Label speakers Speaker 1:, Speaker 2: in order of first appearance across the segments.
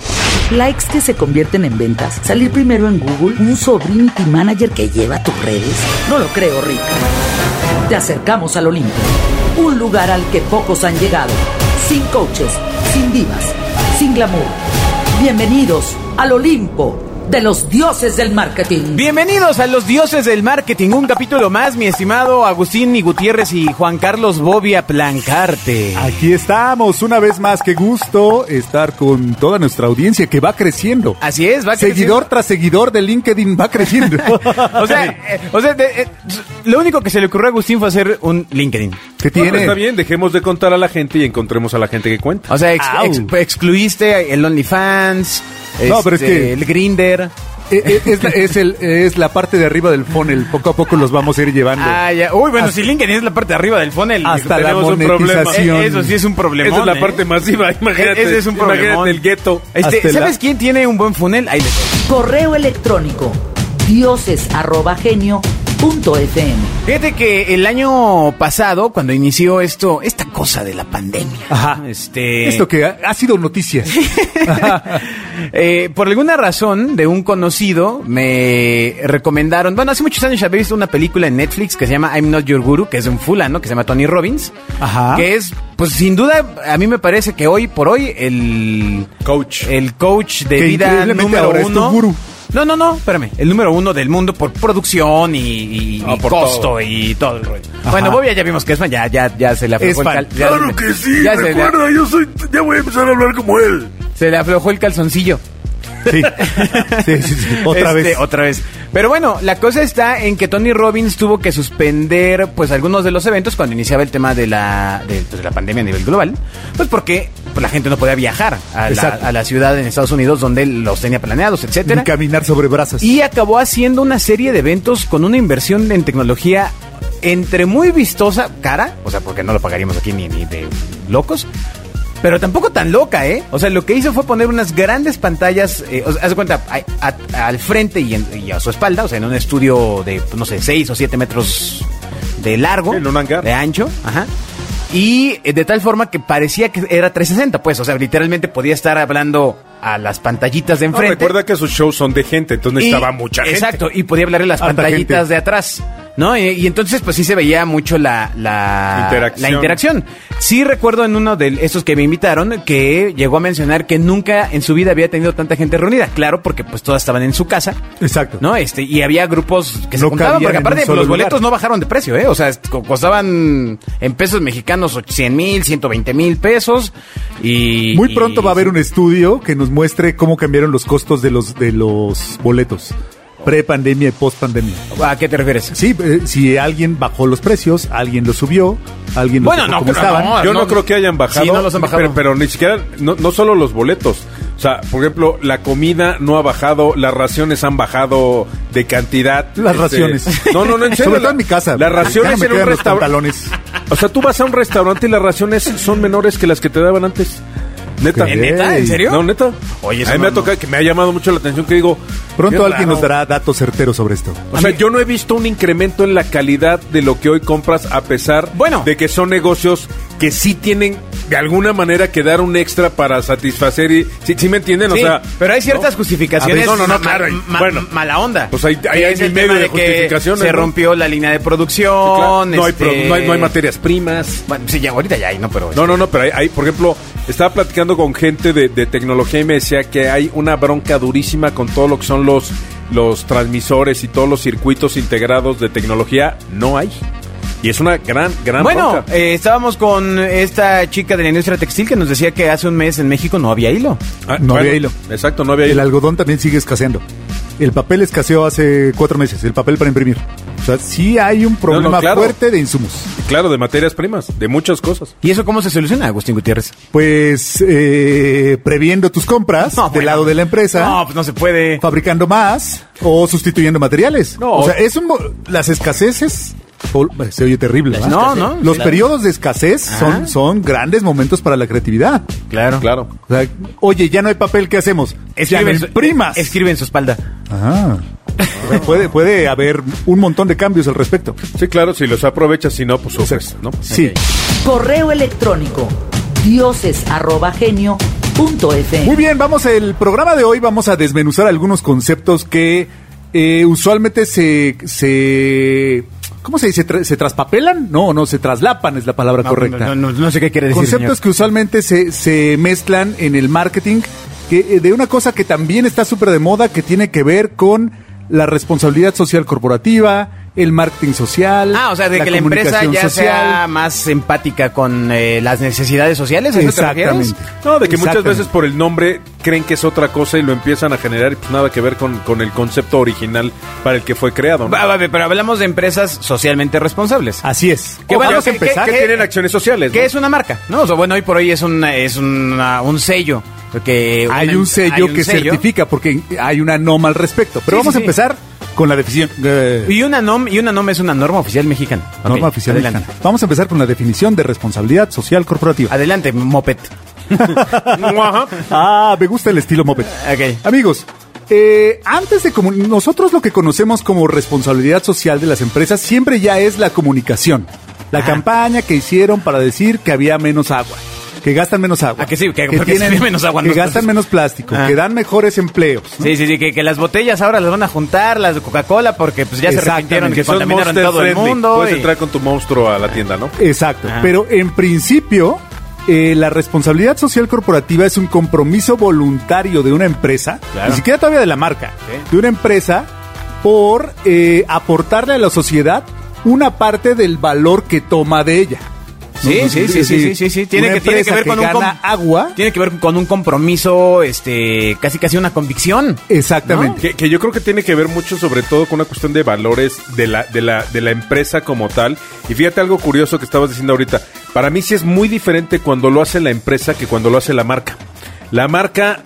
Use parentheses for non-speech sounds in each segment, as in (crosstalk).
Speaker 1: los likes que se convierten en ventas, salir primero en Google, un sobrinity manager que lleva tus redes. No lo creo, Rick. Te acercamos al Olimpo, un lugar al que pocos han llegado, sin coaches, sin divas, sin glamour. Bienvenidos al Olimpo de los dioses del marketing.
Speaker 2: Bienvenidos a Los Dioses del Marketing, un capítulo más, mi estimado Agustín y Gutiérrez y Juan Carlos Bobia Plancarte.
Speaker 3: Aquí estamos, una vez más, qué gusto estar con toda nuestra audiencia que va creciendo.
Speaker 2: Así es, va
Speaker 3: Seguidor tras seguidor de LinkedIn va creciendo.
Speaker 2: creciendo. (laughs) O sea, eh, o sea de- eh, lo único que se le ocurrió a Agustín fue hacer un LinkedIn.
Speaker 3: ¿qué
Speaker 4: No, pero
Speaker 3: tiene?
Speaker 4: Pues, está bien, dejemos de contar a la gente y encontremos a la gente que cuenta.
Speaker 2: O sea, ex-
Speaker 3: Au.
Speaker 2: ex- excluiste el OnlyFans,
Speaker 3: No, pero es
Speaker 2: este,
Speaker 3: que-
Speaker 2: el Grinder.
Speaker 3: Eh, eh, es, la- es el- es la parte de arriba del funnel, poco a poco los vamos a ir llevando.
Speaker 2: Ah, ya. Uy, bueno, si LinkedIn es la parte de arriba del funnel.
Speaker 3: Hasta la
Speaker 2: tenemos un problema.
Speaker 3: monetización.
Speaker 2: Eh, Eso sí es un problema.
Speaker 4: Esa es la parte masiva, imagínate.
Speaker 2: Ese es un problemón.
Speaker 4: Imagínate el gueto.
Speaker 2: Este,
Speaker 3: Hasta la-
Speaker 2: ¿Sabes quién tiene un buen funnel? Ahí les
Speaker 1: Correo electrónico dioses@genio.fm.
Speaker 2: Fíjate que el año pasado, cuando inició esto, esta cosa de la pandemia,
Speaker 3: Ajá.
Speaker 2: este,
Speaker 3: Esto que ha, ha sido noticias.
Speaker 2: (laughs) eh, por alguna razón de un conocido me recomendaron, bueno, hace muchos años había visto una película en Netflix que se llama I'm Not Your Guru, que es de un fulano que se llama Tony Robbins,
Speaker 3: Ajá.
Speaker 2: que es, pues sin duda, a mí me parece que hoy por hoy el
Speaker 4: Coach.
Speaker 2: el coach de
Speaker 3: Que
Speaker 2: vida
Speaker 3: increíblemente
Speaker 2: número
Speaker 3: ahora es tu
Speaker 2: uno.
Speaker 3: gurú.
Speaker 2: No, no, no, espérame. El número uno del mundo por producción y, y-
Speaker 4: Ah,
Speaker 2: y
Speaker 4: por
Speaker 2: costo
Speaker 4: todo.
Speaker 2: y todo el rollo. Bueno, Bobia ya vimos que es fan, ya, ya, ya se le
Speaker 3: Es
Speaker 2: aflojó el
Speaker 3: fan.
Speaker 2: cal- ya- ya se, le,
Speaker 4: yo soy, ya voy a empezar a hablar como él.
Speaker 2: se le aflojó el calzoncillo.
Speaker 3: Sí. Sí,
Speaker 2: (laughs)
Speaker 3: sí, sí. (laughs) Otra
Speaker 2: Este,
Speaker 3: vez.
Speaker 2: Otra vez. Pero bueno, la cosa está en que Tony Robbins tuvo que suspender pues algunos de los eventos cuando iniciaba el tema de la, de, pues, de la pandemia a nivel global. Pues porque pues, la gente no podía viajar a la,
Speaker 3: Exacto.
Speaker 2: a la ciudad en Estados Unidos donde los tenía planeados, etcétera.
Speaker 3: Ni caminar sobre brasas.
Speaker 2: Y acabó haciendo una serie de eventos con una inversión en tecnología entre muy vistosa, cara, o sea, porque no lo pagaríamos aquí ni, ni de locos. Pero tampoco tan loca, ¿eh? O sea, lo que hizo fue poner unas grandes pantallas, eh, o sea, haz de cuenta, a- a- al frente y, en- y a su espalda, o sea, en un estudio de, no sé, 6 o 7 metros de largo,
Speaker 4: Sí, en un hangar.
Speaker 2: de ancho, ajá. Y eh, de tal forma que parecía que era 360, pues, o sea, literalmente podía estar hablando a las pantallitas de enfrente.
Speaker 4: recuerda que sus shows son de gente, entonces
Speaker 2: Y-
Speaker 4: estaba mucha gente.
Speaker 2: Exacto, y podía hablarle las
Speaker 3: Harta
Speaker 2: pantallitas
Speaker 3: gente.
Speaker 2: de atrás. ¿No? Y, y entonces, pues sí se veía mucho la, la
Speaker 4: Interacción.
Speaker 2: la interacción. Sí recuerdo en uno de estos que me invitaron que llegó a mencionar que nunca en su vida había tenido tanta gente reunida. Claro, porque pues todas estaban en su casa,
Speaker 3: Exacto.
Speaker 2: ¿no? Este, y había grupos que se
Speaker 3: No
Speaker 2: juntaban,
Speaker 3: cabían
Speaker 2: porque
Speaker 3: en un
Speaker 2: aparte pues,
Speaker 3: solo
Speaker 2: los boletos
Speaker 3: lugar.
Speaker 2: no bajaron de precio, ¿eh? O sea, est- co- costaban en pesos mexicanos 100 mil, 120 mil pesos. Y.
Speaker 3: Muy pronto
Speaker 2: y-
Speaker 3: va a haber un estudio que nos muestre cómo cambiaron los costos de los de los boletos pre-pandemia y post-pandemia.
Speaker 2: ¿A qué te refieres?
Speaker 3: Sí, eh, si alguien bajó los precios, alguien los subió, alguien los
Speaker 2: Bueno,
Speaker 3: dejó
Speaker 2: no,
Speaker 3: como
Speaker 2: pero
Speaker 3: estaban.
Speaker 2: no,
Speaker 4: Yo no, creo que hayan bajado.
Speaker 2: Sí, no los han bajado.
Speaker 4: Pero, pero ni siquiera, no, no solo los boletos. O sea, por ejemplo, la comida no ha bajado, las raciones han bajado de cantidad. este,
Speaker 3: Las raciones.
Speaker 4: No, no, no, en
Speaker 3: (laughs)
Speaker 4: serio.
Speaker 3: Sobre
Speaker 4: la-
Speaker 3: todo en mi casa.
Speaker 4: Las
Speaker 3: Ya no
Speaker 4: raciones
Speaker 3: me
Speaker 4: en un
Speaker 3: quedan los
Speaker 4: restaurante.
Speaker 3: pantalones.
Speaker 4: O sea, tú vas a un restaurante y las raciones son menores que las que te daban antes. Neta.
Speaker 3: ¿Eh, neta? ¿En
Speaker 2: serio?
Speaker 4: No, neta.
Speaker 2: Oye, eso
Speaker 4: a mí
Speaker 2: no-
Speaker 4: me ha tocado que me ha llamado mucho la atención que digo.
Speaker 3: Pronto
Speaker 4: qué
Speaker 3: alguien
Speaker 4: raro.
Speaker 3: nos dará datos certeros sobre esto.
Speaker 4: O sea, yo no he visto un incremento en la calidad de lo que hoy compras a pesar
Speaker 2: Bueno.
Speaker 4: de que son negocios que sí tienen de alguna manera que dar un extra para satisfacer y sí, sí me entienden,
Speaker 2: Sí,
Speaker 4: o sea,
Speaker 2: pero hay ciertas
Speaker 4: ¿no?
Speaker 2: justificaciones.
Speaker 4: A veces- no, no, no,
Speaker 2: ma-
Speaker 4: claro,
Speaker 2: ma- ma-
Speaker 4: bueno.
Speaker 2: mala onda.
Speaker 4: Pues hay- hay
Speaker 2: Que
Speaker 4: año
Speaker 2: es
Speaker 4: y
Speaker 2: el
Speaker 4: medio
Speaker 2: tema
Speaker 4: de
Speaker 2: que
Speaker 4: justificaciones,
Speaker 2: Se
Speaker 4: ¿no?
Speaker 2: rompió la línea de
Speaker 4: Sí,
Speaker 2: producción.
Speaker 4: claro. no, hay
Speaker 2: este-
Speaker 4: pro- no hay no hay materias primas.
Speaker 2: Bueno, sí, ya ahorita ya hay, no, pero.
Speaker 4: No, no, no, pero hay, hay, por ejemplo, estaba platicando con gente de, de tecnología y me decía que hay una bronca durísima con todo lo que son los los transmisores y todos los circuitos integrados de tecnología, no hay. Y es una gran gran
Speaker 2: Bueno,
Speaker 4: bronca.
Speaker 2: eh, estábamos con esta chica de la industria textil que nos decía que hace un mes en México no había hilo.
Speaker 4: Ah,
Speaker 3: no había hilo.
Speaker 4: Exacto, no había
Speaker 3: El
Speaker 4: hilo.
Speaker 3: algodón también sigue escaseando. El papel escaseó hace cuatro meses, el papel para imprimir. O sea, sí hay un problema
Speaker 4: claro.
Speaker 3: fuerte de insumos.
Speaker 4: Claro, de materias primas, de muchas cosas.
Speaker 2: ¿Y eso cómo se soluciona, Agustín Gutiérrez?
Speaker 3: Pues eh, previendo tus compras
Speaker 2: No,
Speaker 3: del
Speaker 2: bueno.
Speaker 3: lado de la empresa.
Speaker 2: No, pues no se puede.
Speaker 3: fabricando más o sustituyendo materiales.
Speaker 4: No.
Speaker 3: o sea, es un, mo- las escaseces o- se oye terrible.
Speaker 2: Las
Speaker 3: ¿verdad?
Speaker 2: No, escaseces, no,
Speaker 3: Los
Speaker 2: claro. Ah.
Speaker 3: periodos de escasez
Speaker 2: Ajá.
Speaker 3: son, son grandes momentos para la creatividad.
Speaker 2: Claro.
Speaker 4: Claro.
Speaker 3: O sea, oye, ya no hay papel, ¿qué hacemos? ya no
Speaker 2: en su-
Speaker 3: imprimas.
Speaker 2: Escribe en su espalda.
Speaker 3: Ah. O sea, puede, puede haber un montón de cambios al respecto.
Speaker 4: Sí, claro, si los aprovechas, si no, pues sufres, ¿no?
Speaker 3: Sí.
Speaker 1: Correo electrónico dioses arroba genio Rica.fm.
Speaker 3: Muy bien, vamos, el programa de hoy vamos a desmenuzar algunos conceptos que eh, usualmente se, se... ¿Cómo se dice? ¿Tra- ¿Se traspapelan? No, no, se traslapan es la palabra Ah, correcta.
Speaker 2: Ah, No, no, no, no sé qué quiere decir.
Speaker 3: Conceptos
Speaker 2: señor.
Speaker 3: que usualmente se, se mezclan en el marketing que, eh, de una cosa que también está súper de moda, que tiene que ver con la responsabilidad social corporativa, el marketing social.
Speaker 2: Ah, o sea, de que la empresa
Speaker 3: comunicación
Speaker 2: ya sea
Speaker 3: social.
Speaker 2: más empática con eh, las necesidades sociales, ¿a eso te refieres?
Speaker 3: Exactamente.
Speaker 4: No, de que muchas
Speaker 3: Exactamente.
Speaker 4: veces por el nombre creen que es otra cosa y lo empiezan a generar y pues nada que ver con, con el concepto original para el que fue creado. ¿no?
Speaker 2: Va, va, pero hablamos de empresas socialmente responsables.
Speaker 3: Así es.
Speaker 2: Que
Speaker 4: Ojalá
Speaker 2: vamos a
Speaker 4: que-
Speaker 2: empezar,
Speaker 4: que- que
Speaker 2: ¿eh?
Speaker 4: tienen acciones sociales.
Speaker 2: ¿Qué
Speaker 4: ¿no?
Speaker 2: es una marca? No, o sea, bueno, hoy por hoy es, una, es una- un sello. Que una
Speaker 3: hay
Speaker 2: em-
Speaker 3: un sello
Speaker 2: hay un
Speaker 3: que
Speaker 2: sello.
Speaker 3: certifica porque hay una norma al respecto. Pero
Speaker 2: Sí,
Speaker 3: vamos
Speaker 2: sí,
Speaker 3: a
Speaker 2: sí.
Speaker 3: empezar con la definición. eh,
Speaker 2: Y una NOM, y una NOM es una norma oficial mexicana.
Speaker 3: norma
Speaker 2: Ok,
Speaker 3: oficial
Speaker 2: adelante.
Speaker 3: mexicana. Vamos a empezar con la definición de responsabilidad social corporativa.
Speaker 2: Adelante,
Speaker 3: (laughs)
Speaker 2: moped. Ajá.
Speaker 3: Ah, me gusta el estilo moped.
Speaker 2: Ok.
Speaker 3: Amigos, eh, antes de comun- nosotros lo que conocemos como responsabilidad social de las empresas siempre ya es la comunicación. La campaña que hicieron para decir que había menos agua, que gastan menos agua.
Speaker 2: Ah, que sí, que- porque sí había (laughs) menos agua,
Speaker 3: que
Speaker 2: ¿no?
Speaker 3: gastan menos plástico,
Speaker 2: Ah.
Speaker 3: que dan mejores empleos. ¿no?
Speaker 2: Sí, sí, sí, que, que las botellas ahora las van a juntar, las de Coca-Cola, porque pues ya se
Speaker 3: Exactamente,
Speaker 2: arrepintieron que
Speaker 4: Son
Speaker 2: contaminaron
Speaker 4: monster
Speaker 2: todo el
Speaker 4: friendly.
Speaker 2: mundo.
Speaker 4: Puedes
Speaker 2: y-
Speaker 4: entrar con tu monstruo a la tienda, ¿no?
Speaker 3: Exacto.
Speaker 2: Ajá.
Speaker 3: Pero en principio, eh, la responsabilidad social corporativa es un compromiso voluntario de una empresa,
Speaker 2: Claro.
Speaker 3: ni siquiera todavía de la marca,
Speaker 2: Sí.
Speaker 3: de una empresa por eh, aportarle a la sociedad una parte del valor que toma de ella.
Speaker 2: Sí, sí, sí, sí, sí, sí, sí. Tiene,
Speaker 3: una
Speaker 2: que, tiene que
Speaker 3: empresa
Speaker 2: ver con un com-
Speaker 3: gana agua.
Speaker 2: Tiene que ver con un compromiso, este, casi casi una convicción.
Speaker 3: Exactamente.
Speaker 4: Que, que yo creo que tiene que ver mucho sobre todo con una cuestión de valores de la, de, la, de la empresa como tal. Y fíjate algo curioso que estabas diciendo ahorita. Para mí sí es muy diferente cuando lo hace la empresa que cuando lo hace la marca. La marca,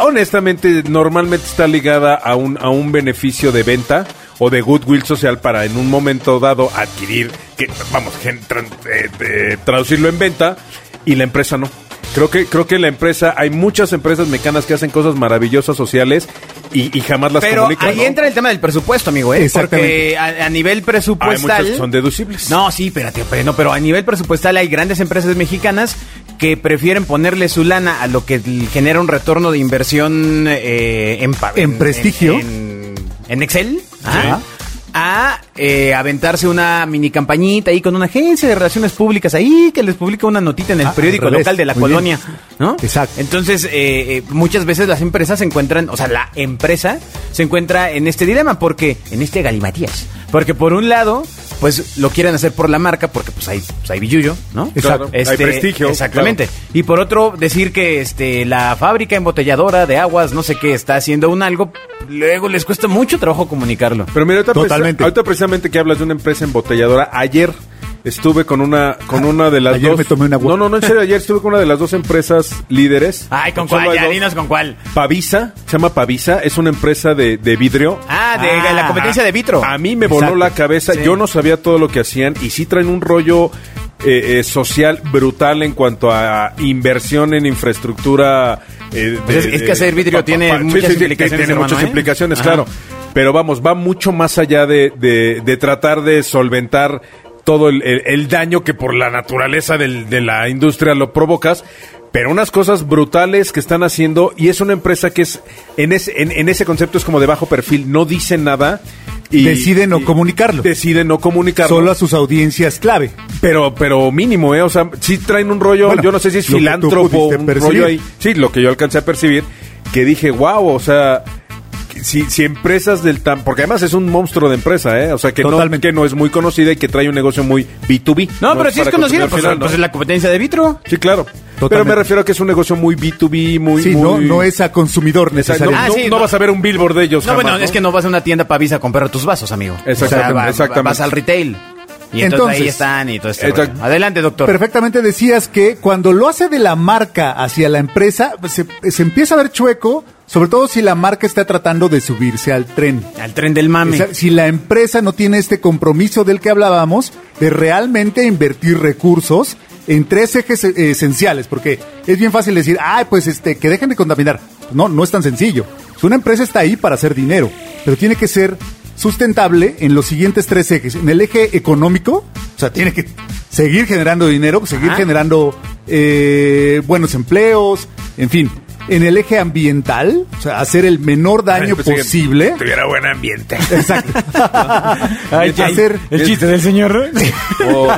Speaker 4: honestamente, normalmente está ligada a un, a un beneficio de venta o de goodwill social para en un momento dado adquirir, que vamos, gen- tran- eh, eh, traducirlo en venta y la empresa no. Creo que, creo que la empresa, hay muchas empresas mexicanas que hacen cosas maravillosas sociales y, y jamás las
Speaker 2: Pero
Speaker 4: comunican.
Speaker 2: ahí
Speaker 4: ¿no?
Speaker 2: entra el tema del presupuesto, amigo, ¿eh?
Speaker 3: Exactamente.
Speaker 2: Porque a, a nivel
Speaker 4: hay
Speaker 2: presupuestal.
Speaker 4: muchas que son deducibles.
Speaker 2: No, sí, espérate, pero, no, pero a nivel presupuestal hay grandes empresas mexicanas que prefieren ponerle su lana a lo que l- genera un retorno de inversión eh, en, pa-
Speaker 3: En prestigio.
Speaker 2: En, en Excel.
Speaker 3: Ajá.
Speaker 2: A eh, aventarse una mini campañita ahí con una agencia de relaciones públicas ahí que les publica una notita en el
Speaker 3: Ah,
Speaker 2: periódico
Speaker 3: al revés.
Speaker 2: local de la
Speaker 3: Muy
Speaker 2: colonia,
Speaker 3: bien.
Speaker 2: ¿no?
Speaker 3: Exacto.
Speaker 2: Entonces, eh, eh, muchas veces las empresas se encuentran, o sea, la empresa se encuentra en este dilema, porque, en este galimatías. Porque por un lado, pues lo quieren hacer por la marca, porque pues hay, pues, hay billuyo, ¿no? Este,
Speaker 4: Claro, hay prestigio,
Speaker 2: Exactamente. Y por otro, decir que este la fábrica embotelladora de aguas, no sé qué, está haciendo un algo, luego les cuesta mucho trabajo comunicarlo.
Speaker 4: Pero mira, ahorita, precisa-
Speaker 3: Totalmente.
Speaker 4: ahorita precisamente que hablas de una empresa embotelladora, ayer estuve con una, con una de las
Speaker 3: Ayer
Speaker 4: dos.
Speaker 3: me tomé una agua.
Speaker 4: No, no, no, en serio, ayer estuve con una de las dos empresas líderes.
Speaker 2: Ay, ¿con
Speaker 4: Solo
Speaker 2: cuál?
Speaker 4: hay
Speaker 2: Ya,
Speaker 4: dos.
Speaker 2: dinos con cuál.
Speaker 4: Pavisa, se llama Pavisa, es una empresa de, de vidrio.
Speaker 2: Ah, de
Speaker 3: Ah,
Speaker 2: la competencia de Vitro.
Speaker 4: A mí me
Speaker 3: Exacto.
Speaker 4: voló la cabeza,
Speaker 2: Sí.
Speaker 4: yo no sabía todo lo que hacían y sí traen un rollo eh, eh, social brutal en cuanto a inversión en infraestructura. eh,
Speaker 2: Pues es- es que hacer vidrio tiene muchas implicaciones,
Speaker 4: Tiene
Speaker 2: hermano,
Speaker 4: muchas
Speaker 2: ¿eh?
Speaker 4: implicaciones,
Speaker 2: Ajá.
Speaker 4: claro. Pero vamos, va mucho más allá de, de- de tratar de solventar todo el, el- el daño que por la naturaleza del- de la industria lo provocas. Pero unas cosas brutales que están haciendo y es una empresa que es en ese, en, en ese concepto es como de bajo perfil, no dice nada y
Speaker 3: Decide no comunicarlo.
Speaker 4: Decide no comunicarlo.
Speaker 3: Solo a sus audiencias clave.
Speaker 4: Pero, pero mínimo, ¿eh? O sea, sí traen un rollo,
Speaker 3: Bueno,
Speaker 4: yo no sé si es
Speaker 3: lo que tú
Speaker 4: filántropo,
Speaker 3: pudiste
Speaker 4: un
Speaker 3: percibir.
Speaker 4: rollo ahí. Sí, lo que yo alcancé a percibir, que dije, wow, o sea, que si, si empresas del tan. Porque además es un monstruo de empresa, ¿eh? O sea, que, no,
Speaker 3: Totalmente.
Speaker 4: que no es muy conocida y que trae un negocio muy B2B.
Speaker 2: No, pero si es conocida,
Speaker 4: para consumidor
Speaker 2: pues,
Speaker 4: final, ¿no?
Speaker 2: pues es la competencia de Vitro.
Speaker 4: Sí, claro. Pero
Speaker 3: Totalmente.
Speaker 4: me refiero a que es un negocio muy B2B, muy.
Speaker 3: Sí,
Speaker 4: muy-
Speaker 3: no, no es a consumidor
Speaker 4: Exacto. No,
Speaker 3: necesariamente.
Speaker 2: Ah,
Speaker 4: no-
Speaker 2: sí,
Speaker 4: no
Speaker 2: no.
Speaker 4: vas a ver un billboard de ellos.
Speaker 2: No,
Speaker 4: jamás,
Speaker 2: bueno, es que Pues no vas a una tienda Pavisa a comprar tus vasos, amigo.
Speaker 4: Exactamente,
Speaker 2: O sea, va-
Speaker 4: exactamente.
Speaker 2: Vas al retail. Y entonces,
Speaker 3: Entonces,
Speaker 2: ahí están y todo este
Speaker 4: exacto.
Speaker 2: rollo. Adelante, doctor.
Speaker 3: Perfectamente decías que cuando lo hace de la marca hacia la empresa, pues, se, se empieza a ver chueco, sobre todo si la marca está tratando de subirse al tren.
Speaker 2: Al tren del mame.
Speaker 3: O sea, si la empresa no tiene este compromiso del que hablábamos, de realmente invertir recursos en tres ejes eh, esenciales, porque es bien fácil decir, ay, pues este, que dejen de contaminar. No, no es tan sencillo. Una empresa está ahí para hacer dinero, pero tiene que ser sustentable en los siguientes tres ejes. En el eje económico, o sea, tiene que seguir generando dinero, seguir
Speaker 2: Ajá.
Speaker 3: generando eh, buenos empleos, En fin, en el eje ambiental, o sea, hacer el menor daño
Speaker 4: Pensé que
Speaker 3: posible.
Speaker 4: Tuviera buen ambiente.
Speaker 3: Exacto.
Speaker 2: Ay,
Speaker 3: Mientras
Speaker 2: ay,
Speaker 3: ser-
Speaker 2: el chiste del señor.
Speaker 4: O- Oh.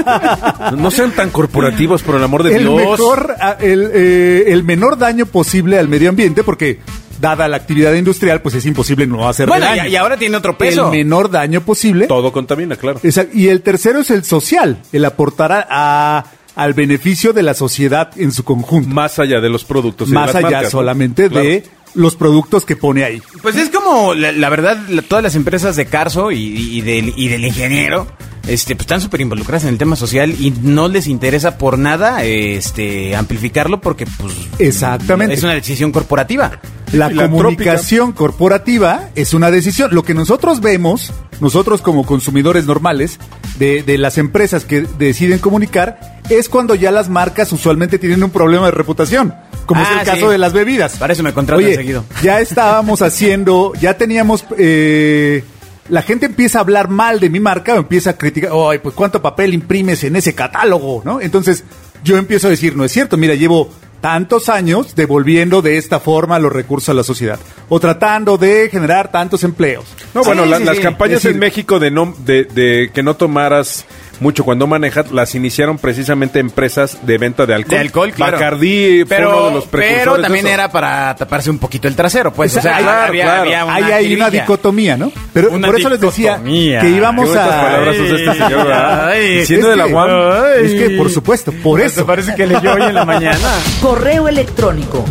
Speaker 4: no sean tan corporativos, por el amor de
Speaker 3: el
Speaker 4: Dios.
Speaker 3: mejor, a- el, eh, el menor daño posible al medio ambiente, porque dada la actividad industrial, pues es imposible no hacer
Speaker 2: bueno,
Speaker 3: daño.
Speaker 2: y, y ahora tiene otro
Speaker 3: el
Speaker 2: peso.
Speaker 3: menor daño posible.
Speaker 4: Todo contamina, claro.
Speaker 3: Exacto. Y el tercero es el social, el aportar a- a- al beneficio de la sociedad en su conjunto,
Speaker 4: Más allá de los productos. y de
Speaker 3: más
Speaker 4: las
Speaker 3: allá
Speaker 4: marcas, ¿no?
Speaker 3: solamente
Speaker 4: Claro.
Speaker 3: de los productos que pone ahí.
Speaker 2: Pues es como, la, la verdad, la- todas las empresas de Carso y, y- y del, y del ingeniero este, pues están súper involucradas en el tema social y no les interesa por nada este, amplificarlo porque pues,
Speaker 3: Exactamente.
Speaker 2: es una decisión corporativa.
Speaker 3: La
Speaker 4: Filantrópica.
Speaker 3: comunicación corporativa es una decisión. Lo que nosotros vemos, nosotros como consumidores normales de, de las empresas que deciden comunicar, es cuando ya las marcas usualmente tienen un problema de reputación, como es
Speaker 2: Ah,
Speaker 3: el caso
Speaker 2: sí.
Speaker 3: de las bebidas.
Speaker 2: Para eso me contratan
Speaker 3: Oye,
Speaker 2: seguido.
Speaker 3: Ya estábamos haciendo, ya teníamos... eh, la gente empieza a hablar mal de mi marca o empieza a criticar, ay, pues cuánto papel imprimes en ese catálogo, ¿no? Entonces yo empiezo a decir, no es cierto, mira, llevo tantos años devolviendo de esta forma los recursos a la sociedad o tratando de generar tantos empleos.
Speaker 4: No, bueno,
Speaker 2: Sí,
Speaker 4: la-
Speaker 2: sí,
Speaker 4: las
Speaker 2: sí.
Speaker 4: campañas
Speaker 3: Es decir-
Speaker 4: en México de, no, de, de que no tomaras mucho cuando manejas, las iniciaron precisamente empresas de venta de alcohol.
Speaker 2: De alcohol, claro.
Speaker 4: Bacardí
Speaker 2: pero,
Speaker 4: fue uno de los precursores.
Speaker 2: Pero
Speaker 4: de
Speaker 2: también
Speaker 4: eso.
Speaker 2: era para taparse un poquito el trasero, pues.
Speaker 3: Esa-
Speaker 2: o sea,
Speaker 3: hay-
Speaker 2: había,
Speaker 4: claro,
Speaker 2: había una
Speaker 3: Ahí hay una
Speaker 2: jiribilla.
Speaker 3: dicotomía, ¿no? Pero
Speaker 2: Una
Speaker 3: por eso les decía
Speaker 2: dicotomía.
Speaker 3: que
Speaker 4: Qué
Speaker 3: íbamos
Speaker 4: bonitas
Speaker 3: a...
Speaker 4: palabras usa este
Speaker 2: Ay. (laughs)
Speaker 4: señor, ¿verdad?
Speaker 2: Ay.
Speaker 4: Siendo de la
Speaker 3: que-
Speaker 4: UAM.
Speaker 2: Ay.
Speaker 3: es que, por supuesto, por eso.
Speaker 2: parece que leyó hoy en la mañana.
Speaker 1: Correo electrónico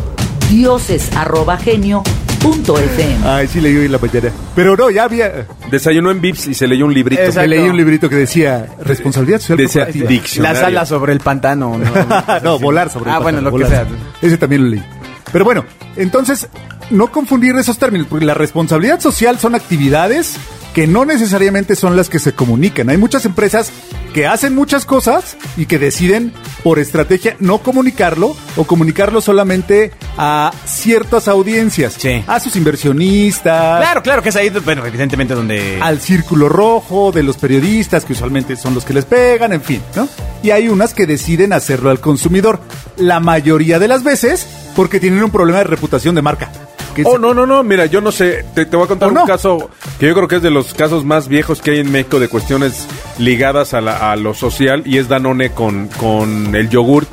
Speaker 1: dioses@genio.fm.
Speaker 3: Ay, Ah, sí leí hoy la mañana. Pero no, ya había...
Speaker 4: Desayunó en Vips y se leyó un librito.
Speaker 2: Exacto.
Speaker 3: Me leí un librito que decía responsabilidad social
Speaker 4: Decía
Speaker 3: corporativa.
Speaker 2: La
Speaker 4: diccionario.
Speaker 2: sala sobre el pantano.
Speaker 4: (laughs)
Speaker 2: No,
Speaker 3: (laughs) no, volar sobre el
Speaker 2: Ah, bueno,
Speaker 3: pájaro,
Speaker 2: lo que sea.
Speaker 3: volar. Ese también lo leí. Pero bueno, entonces, no confundir esos términos, porque la responsabilidad social son actividades que no necesariamente son las que se comunican. Hay muchas empresas que hacen muchas cosas y que deciden por estrategia no comunicarlo o comunicarlo solamente a ciertas audiencias,
Speaker 2: Sí.
Speaker 3: a sus inversionistas,
Speaker 2: Claro, claro, que es ahí, bueno, evidentemente donde...
Speaker 3: al círculo rojo de los periodistas, que usualmente son los que les pegan, en fin, ¿no? Y hay unas que deciden hacerlo al consumidor, la mayoría de las veces, porque tienen un problema de reputación de marca. Que
Speaker 4: Oh,
Speaker 3: se-
Speaker 4: no, no, no, mira, yo no sé, te, te voy a contar
Speaker 3: ¿O
Speaker 4: un
Speaker 3: no?
Speaker 4: caso que yo creo que es de los casos más viejos que hay en México de cuestiones ligadas a, la- a lo social y es Danone con, con el yogurt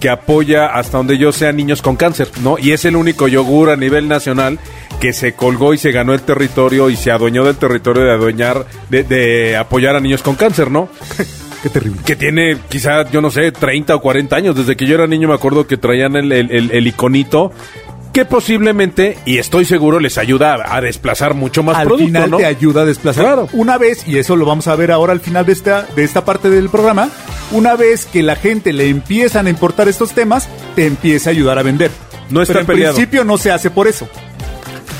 Speaker 4: que apoya hasta donde yo sea niños con cáncer, ¿no? Y es el único yogur a nivel nacional que se colgó y se ganó el territorio y se adueñó del territorio de adueñar, de, de apoyar a niños con cáncer, ¿no?
Speaker 3: Qué terrible.
Speaker 4: que tiene quizá, yo no sé, 30 o 40 años. Desde que yo era niño me acuerdo que traían el, el- el- el iconito que posiblemente, y estoy seguro, les ayuda a, a desplazar mucho más
Speaker 3: al
Speaker 4: producto,
Speaker 3: final
Speaker 4: ¿no?
Speaker 3: te ayuda a desplazar.
Speaker 4: Claro.
Speaker 3: Una vez, y eso lo vamos a ver ahora al final de esta, de esta parte del programa, una vez que la gente le empiezan a importar estos temas, te empieza a ayudar a vender.
Speaker 4: No está
Speaker 3: Pero en
Speaker 4: peleado.
Speaker 3: principio no se hace por eso.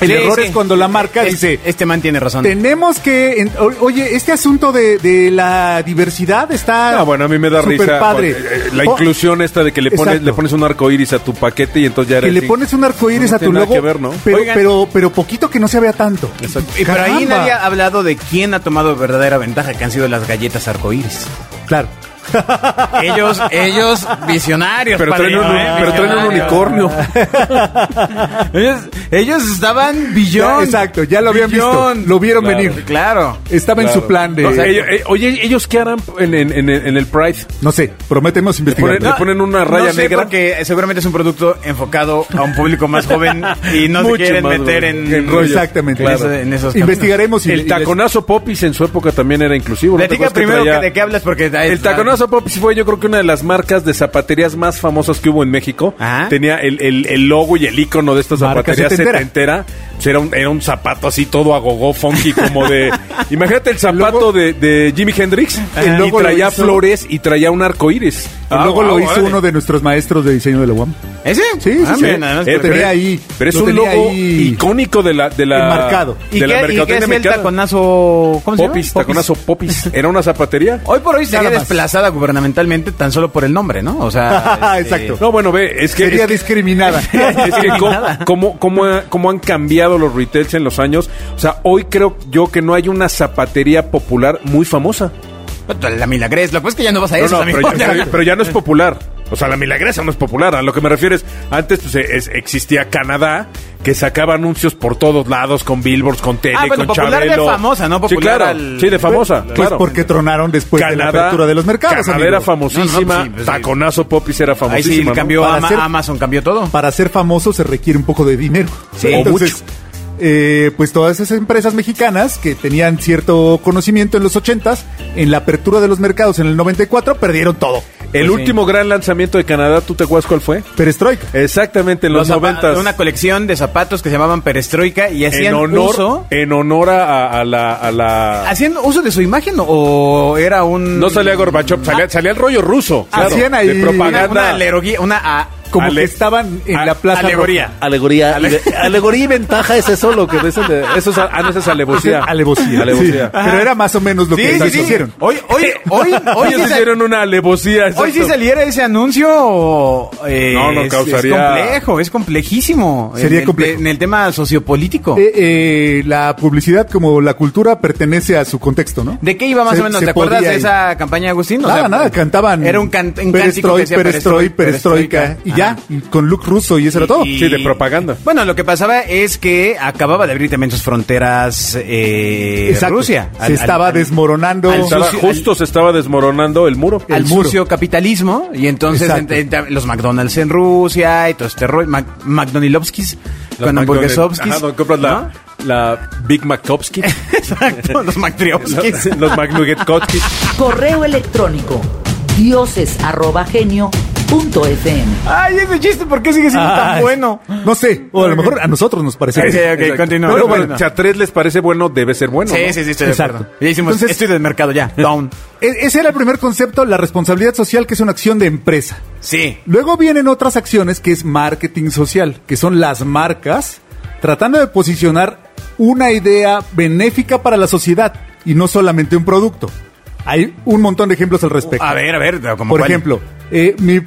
Speaker 3: El
Speaker 2: Sí,
Speaker 3: error
Speaker 2: sí.
Speaker 3: es cuando la marca
Speaker 2: Es-
Speaker 3: dice,
Speaker 2: Este man tiene razón.
Speaker 3: Tenemos que. en- o- oye, este asunto de, de la diversidad está.
Speaker 4: Ah, bueno, a mí me da
Speaker 3: súper
Speaker 4: risa
Speaker 3: padre.
Speaker 4: eh, eh, la
Speaker 3: Oh,
Speaker 4: inclusión esta de que le pones,
Speaker 3: Exacto.
Speaker 4: le pones un arco iris a tu paquete y entonces ya
Speaker 3: Que
Speaker 4: eres
Speaker 3: le
Speaker 4: así.
Speaker 3: pones un arco iris
Speaker 4: No
Speaker 3: a tu
Speaker 4: tiene nada
Speaker 3: logo.
Speaker 4: que ver, ¿no?
Speaker 3: pero,
Speaker 2: Oigan.
Speaker 3: pero, pero poquito que no se vea tanto.
Speaker 2: Y pero ahí
Speaker 3: Caramba.
Speaker 2: nadie ha hablado de quién ha tomado verdadera ventaja, que han sido las galletas
Speaker 4: (laughs)
Speaker 2: arcoíris.
Speaker 3: Claro.
Speaker 2: Ellos, ellos visionarios.
Speaker 4: Pero traen un- pero traen un
Speaker 2: visionarios.
Speaker 4: unicornio.
Speaker 2: ellos, ellos estaban billón.
Speaker 3: Ya, exacto, ya lo habían visto, lo vieron
Speaker 2: Claro,
Speaker 3: venir.
Speaker 2: Claro.
Speaker 3: Estaba en su plan de.
Speaker 4: O sea, ellos- eh, oye, ¿ellos qué harán en, en- en- en el Pride?
Speaker 3: no sé, prometemos investigar.
Speaker 4: Ponen- Le ponen una raya
Speaker 2: no sé,
Speaker 4: negra.
Speaker 2: Porque seguramente es un producto enfocado a un público más joven y no se
Speaker 4: Mucho
Speaker 2: quieren
Speaker 4: más
Speaker 2: meter
Speaker 4: joven.
Speaker 2: en,
Speaker 4: En rollo.
Speaker 3: Exactamente.
Speaker 2: en eso- en esos caminos.
Speaker 3: Investigaremos y, y
Speaker 4: El
Speaker 3: les-
Speaker 4: taconazo Popis en su época también era inclusivo. ¿no te
Speaker 2: Platica
Speaker 4: acuerdas que
Speaker 2: primero
Speaker 4: traía-
Speaker 2: que- de qué hablas porque
Speaker 4: El taconazo Popis fue yo creo que una de las marcas de zapaterías más famosas que hubo en México.
Speaker 2: Ajá.
Speaker 4: Tenía el, el- el logo y el icono de esta
Speaker 3: Marca
Speaker 4: zapatería
Speaker 3: setentera.
Speaker 4: setentera. Pues era, un, era un zapato así todo agogó, funky, como de... Imagínate el zapato
Speaker 3: logo-
Speaker 4: de, de Jimi Hendrix
Speaker 3: El
Speaker 4: y
Speaker 3: logo lo
Speaker 4: traía
Speaker 3: hizo-
Speaker 4: flores y traía un arco iris.
Speaker 3: Y luego
Speaker 2: Ah,
Speaker 3: lo
Speaker 2: wow,
Speaker 3: hizo
Speaker 2: órale.
Speaker 3: uno de nuestros maestros de diseño de la UAM.
Speaker 2: ¿Ese?
Speaker 3: Sí, sí,
Speaker 2: Ah,
Speaker 3: sí.
Speaker 2: mira, nada más
Speaker 3: Eh,
Speaker 4: pero-
Speaker 2: perfecto.
Speaker 3: tenía ahí,
Speaker 4: Pero es
Speaker 3: lo
Speaker 4: un
Speaker 3: tenía
Speaker 4: logo
Speaker 3: ahí.
Speaker 4: icónico de la... De la
Speaker 3: Enmarcado.
Speaker 2: ¿Y qué, ¿Y
Speaker 4: De la
Speaker 2: qué
Speaker 4: mercadotecnia
Speaker 2: es el
Speaker 4: mexicana.
Speaker 2: taconazo? ¿Cómo se llama?
Speaker 4: Popis, taconazo Popis. Era una zapatería.
Speaker 2: Hoy por hoy sería
Speaker 3: Nada más.
Speaker 2: desplazada gubernamentalmente tan solo por el nombre, ¿no? O
Speaker 3: (laughs)
Speaker 2: sea,
Speaker 3: (laughs) Exacto.
Speaker 4: No, bueno, ve, es que...
Speaker 3: Sería
Speaker 4: es que-
Speaker 3: discriminada. (laughs)
Speaker 4: (laughs) es que co- como, como, ha- como han cambiado los retails en los años. O sea, hoy creo yo que no hay una zapatería popular muy famosa.
Speaker 2: este, la milagres, lo que pasa es que ya no vas a
Speaker 4: No,
Speaker 2: eso,
Speaker 4: no, pero, ya, pero ya no es popular. O sea, la milagresa no es popular. A lo que me refiero es, antes pues, es- existía Canadá, que sacaba anuncios por todos lados, con billboards, con tele,
Speaker 2: Ah, bueno,
Speaker 4: con
Speaker 2: popular de
Speaker 4: Chabelo.
Speaker 2: famosa, ¿no?
Speaker 4: sí,
Speaker 2: Popular
Speaker 4: claro.
Speaker 2: al-
Speaker 4: Sí, de famosa.
Speaker 3: Pues
Speaker 4: claro.
Speaker 3: porque tronaron después de la
Speaker 4: Canadá-
Speaker 3: apertura de los mercados,
Speaker 4: Canadá era
Speaker 3: amigo.
Speaker 4: famosísima,
Speaker 2: No, no, sí, pues, sí.
Speaker 4: Taconazo Popis era
Speaker 2: Ahí
Speaker 4: famosísima.
Speaker 2: sí
Speaker 4: ¿no?
Speaker 2: cambió
Speaker 3: Para
Speaker 2: Ama-
Speaker 3: hacer-
Speaker 2: Amazon, cambió todo.
Speaker 3: Para ser famoso se requiere un poco de dinero.
Speaker 2: Sí, o
Speaker 3: Entonces, eh, pues todas esas empresas mexicanas que tenían cierto conocimiento en los 80s, en la apertura de los mercados en el 94, perdieron todo.
Speaker 2: Pues
Speaker 4: El
Speaker 2: sí.
Speaker 4: último gran lanzamiento de Canadá, ¿tú te acuerdas cuál fue?
Speaker 3: Perestroika.
Speaker 4: Exactamente, en los,
Speaker 2: zapa-
Speaker 4: noventas.
Speaker 2: Una colección de zapatos que se llamaban perestroika y hacían
Speaker 4: En honor,
Speaker 2: uso.
Speaker 4: en honor a, a la... A la...
Speaker 2: ¿Hacían uso de su imagen o era un.
Speaker 4: No salía Gorbachev, salía, salía el rollo ruso. Claro,
Speaker 3: Hacían ahí
Speaker 4: de
Speaker 2: Una,
Speaker 4: propaganda.
Speaker 2: una alegoría, una. ah, a-
Speaker 3: Como
Speaker 4: Ale-
Speaker 3: que estaban en
Speaker 2: a-
Speaker 3: la plaza.
Speaker 2: Alegoría.
Speaker 3: Roja.
Speaker 5: Alegoría, y ve- alegoría y ventaja es eso lo que dicen de-
Speaker 4: Eso es, ah, no, esa es
Speaker 3: Ese-
Speaker 4: alevosía.
Speaker 3: Alevosía.
Speaker 4: Alevosía.
Speaker 3: Sí, Pero era más o menos lo que
Speaker 2: Sí, sí,
Speaker 3: ellos
Speaker 2: sí.
Speaker 3: hicieron.
Speaker 2: Hoy,
Speaker 4: (laughs)
Speaker 2: hoy, hoy, hoy,
Speaker 4: Ah, Eh, Ellos
Speaker 2: sí sal-
Speaker 4: hicieron una alevosía.
Speaker 2: hoy sí
Speaker 4: exacto.
Speaker 2: saliera ese anuncio. eh,
Speaker 4: No, no
Speaker 2: es-
Speaker 4: causaría-
Speaker 2: Es, complejo, es complejísimo.
Speaker 3: Sería
Speaker 2: en el,
Speaker 3: complejo.
Speaker 2: En el tema sociopolítico.
Speaker 3: Eh, eh, la publicidad como la cultura pertenece a su contexto, ¿no?
Speaker 2: ¿De qué iba más
Speaker 3: Se-
Speaker 2: o menos?
Speaker 3: se
Speaker 2: ¿Te acuerdas
Speaker 3: podía
Speaker 2: de
Speaker 3: ir.
Speaker 2: esa campaña, Agustín? O
Speaker 3: Nada,
Speaker 2: sea, pues,
Speaker 3: nada, cantaban.
Speaker 2: Era un, can, un cántico
Speaker 3: perestroy,
Speaker 2: que decía perestroy,
Speaker 3: perestroy, perestroica. Y
Speaker 2: perestroika.
Speaker 3: ya,
Speaker 2: Ajá.
Speaker 3: y con look ruso y eso era todo.
Speaker 2: Y-
Speaker 4: Sí, de propaganda.
Speaker 2: Bueno, lo que pasaba es que acababa de abrir también sus fronteras eh,
Speaker 3: Exacto.
Speaker 2: Rusia.
Speaker 3: Se
Speaker 2: Al- al-
Speaker 3: estaba
Speaker 2: al-
Speaker 3: desmoronando.
Speaker 2: al
Speaker 4: Estaba-
Speaker 2: sucio-
Speaker 4: justo se estaba desmoronando el muro.
Speaker 3: el
Speaker 2: al
Speaker 3: muro.
Speaker 2: sucio capitalismo y entonces
Speaker 3: Exacto.
Speaker 2: ent- ent- los McDonald's en Rusia y todo este rollo, Mac, McDonald's con hamburguesovskis.
Speaker 4: Ajá, donde compras
Speaker 2: ¿no? (laughs)
Speaker 4: la, la Big Maktopsky.
Speaker 2: Exacto,
Speaker 3: (laughs)
Speaker 2: los McTriopskis.
Speaker 4: (laughs) los los McNuggetkotsky.
Speaker 1: Correo electrónico dioses@genio.fm.
Speaker 2: Ay, ese chiste, ¿por qué sigue siendo
Speaker 3: Ah,
Speaker 2: tan bueno?
Speaker 3: No sé, o a lo mejor a nosotros nos parece.
Speaker 2: Ok, ok,
Speaker 4: Exacto.
Speaker 2: continúa.
Speaker 4: Pero
Speaker 2: Bueno.
Speaker 4: bueno, si a tres les parece bueno, debe ser bueno.
Speaker 2: Sí,
Speaker 4: ¿no?
Speaker 2: sí, sí, estoy de
Speaker 3: Exacto.
Speaker 2: acuerdo. Ya hicimos
Speaker 3: Entonces-
Speaker 2: estudio del mercado, ya. Down.
Speaker 3: E- Ese era el primer concepto, la responsabilidad social, que es una acción de empresa.
Speaker 2: Sí.
Speaker 3: Luego vienen otras acciones que es marketing social, que son las marcas tratando de posicionar una idea benéfica para la sociedad y no solamente un producto. Hay un montón de ejemplos al respecto.
Speaker 2: A ver, a ver, como
Speaker 3: Por
Speaker 2: cuál.
Speaker 3: ejemplo, eh, mi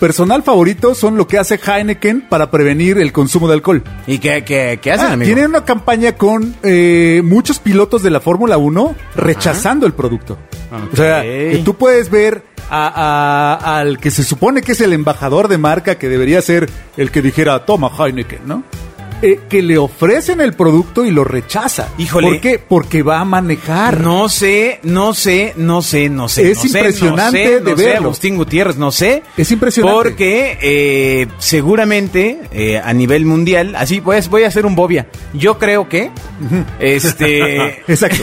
Speaker 3: personal favorito son lo que hace Heineken para prevenir el consumo de alcohol.
Speaker 2: ¿Y qué, qué, qué hacen,
Speaker 3: Ah,
Speaker 2: amigo?
Speaker 3: tienen una campaña con eh, muchos pilotos de la Fórmula 1 rechazando el producto. O sea,
Speaker 2: Ok.
Speaker 3: que tú puedes ver a- a- al que se supone que es el embajador de marca, que debería ser el que dijera, toma Heineken, ¿no? Eh, que le ofrecen el producto y lo rechaza.
Speaker 2: Híjole.
Speaker 3: ¿Por qué? Porque va a manejar.
Speaker 2: No sé, no sé, no sé, no sé.
Speaker 3: Es
Speaker 2: no sé,
Speaker 3: impresionante
Speaker 2: no sé,
Speaker 3: de
Speaker 2: no sé,
Speaker 3: verlo.
Speaker 2: Agustín Gutiérrez, no sé.
Speaker 3: Es impresionante.
Speaker 2: Porque eh, seguramente eh, a nivel mundial, así pues voy a hacer un bobia. Yo creo que, este,
Speaker 3: (laughs) Exacto.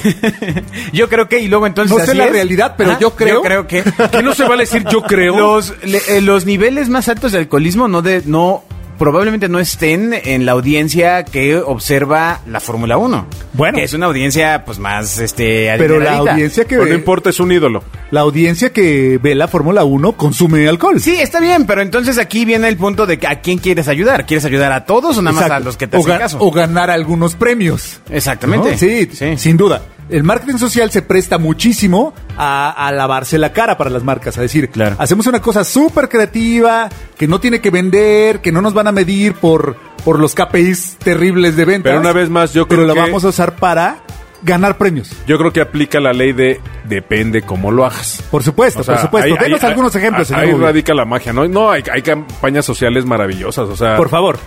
Speaker 2: (laughs) yo creo que y luego entonces
Speaker 3: No sé
Speaker 2: así
Speaker 3: la
Speaker 2: es.
Speaker 3: realidad, pero yo creo-
Speaker 2: Yo creo que
Speaker 4: ¿Qué no se vale decir yo creo?
Speaker 2: los le- eh, los niveles más altos de alcoholismo no de no probablemente no estén en la audiencia que observa la Fórmula 1.
Speaker 3: Bueno.
Speaker 2: que es una audiencia pues más este
Speaker 3: Pero la
Speaker 2: adineradita.
Speaker 3: audiencia que
Speaker 4: Pero no
Speaker 3: ve,
Speaker 4: importa, es un ídolo.
Speaker 3: la audiencia que ve la Fórmula 1 consume alcohol.
Speaker 2: Sí, está bien, pero entonces aquí viene el punto de que a quién quieres ayudar. ¿Quieres ayudar a todos o nada más a
Speaker 3: Exacto.
Speaker 2: los que te
Speaker 3: o,
Speaker 2: hacen
Speaker 3: ga-
Speaker 2: caso?
Speaker 3: o ganar algunos premios.
Speaker 2: Exactamente.
Speaker 3: ¿No? Sí, sin duda. El marketing social se presta muchísimo a, a lavarse la cara para las marcas, a decir,
Speaker 2: Claro.
Speaker 3: hacemos una cosa súper creativa, que no tiene que vender, que no nos van a medir por, por los KPIs terribles de ventas.
Speaker 4: Pero una vez más, yo
Speaker 3: Pero
Speaker 4: creo
Speaker 3: la
Speaker 4: que-
Speaker 3: vamos a usar para ganar premios.
Speaker 4: Yo creo que aplica la ley de depende cómo lo hagas.
Speaker 3: Por supuesto,
Speaker 2: Este,
Speaker 4: O sea,
Speaker 3: por supuesto.
Speaker 4: ahí-
Speaker 3: Denos
Speaker 4: ahí-
Speaker 3: algunos ejemplos,
Speaker 4: ahí,
Speaker 3: señor.
Speaker 4: ahí
Speaker 3: Bobia.
Speaker 4: radica la magia, ¿no? No, hay, hay campañas sociales maravillosas, o sea...
Speaker 3: Por favor.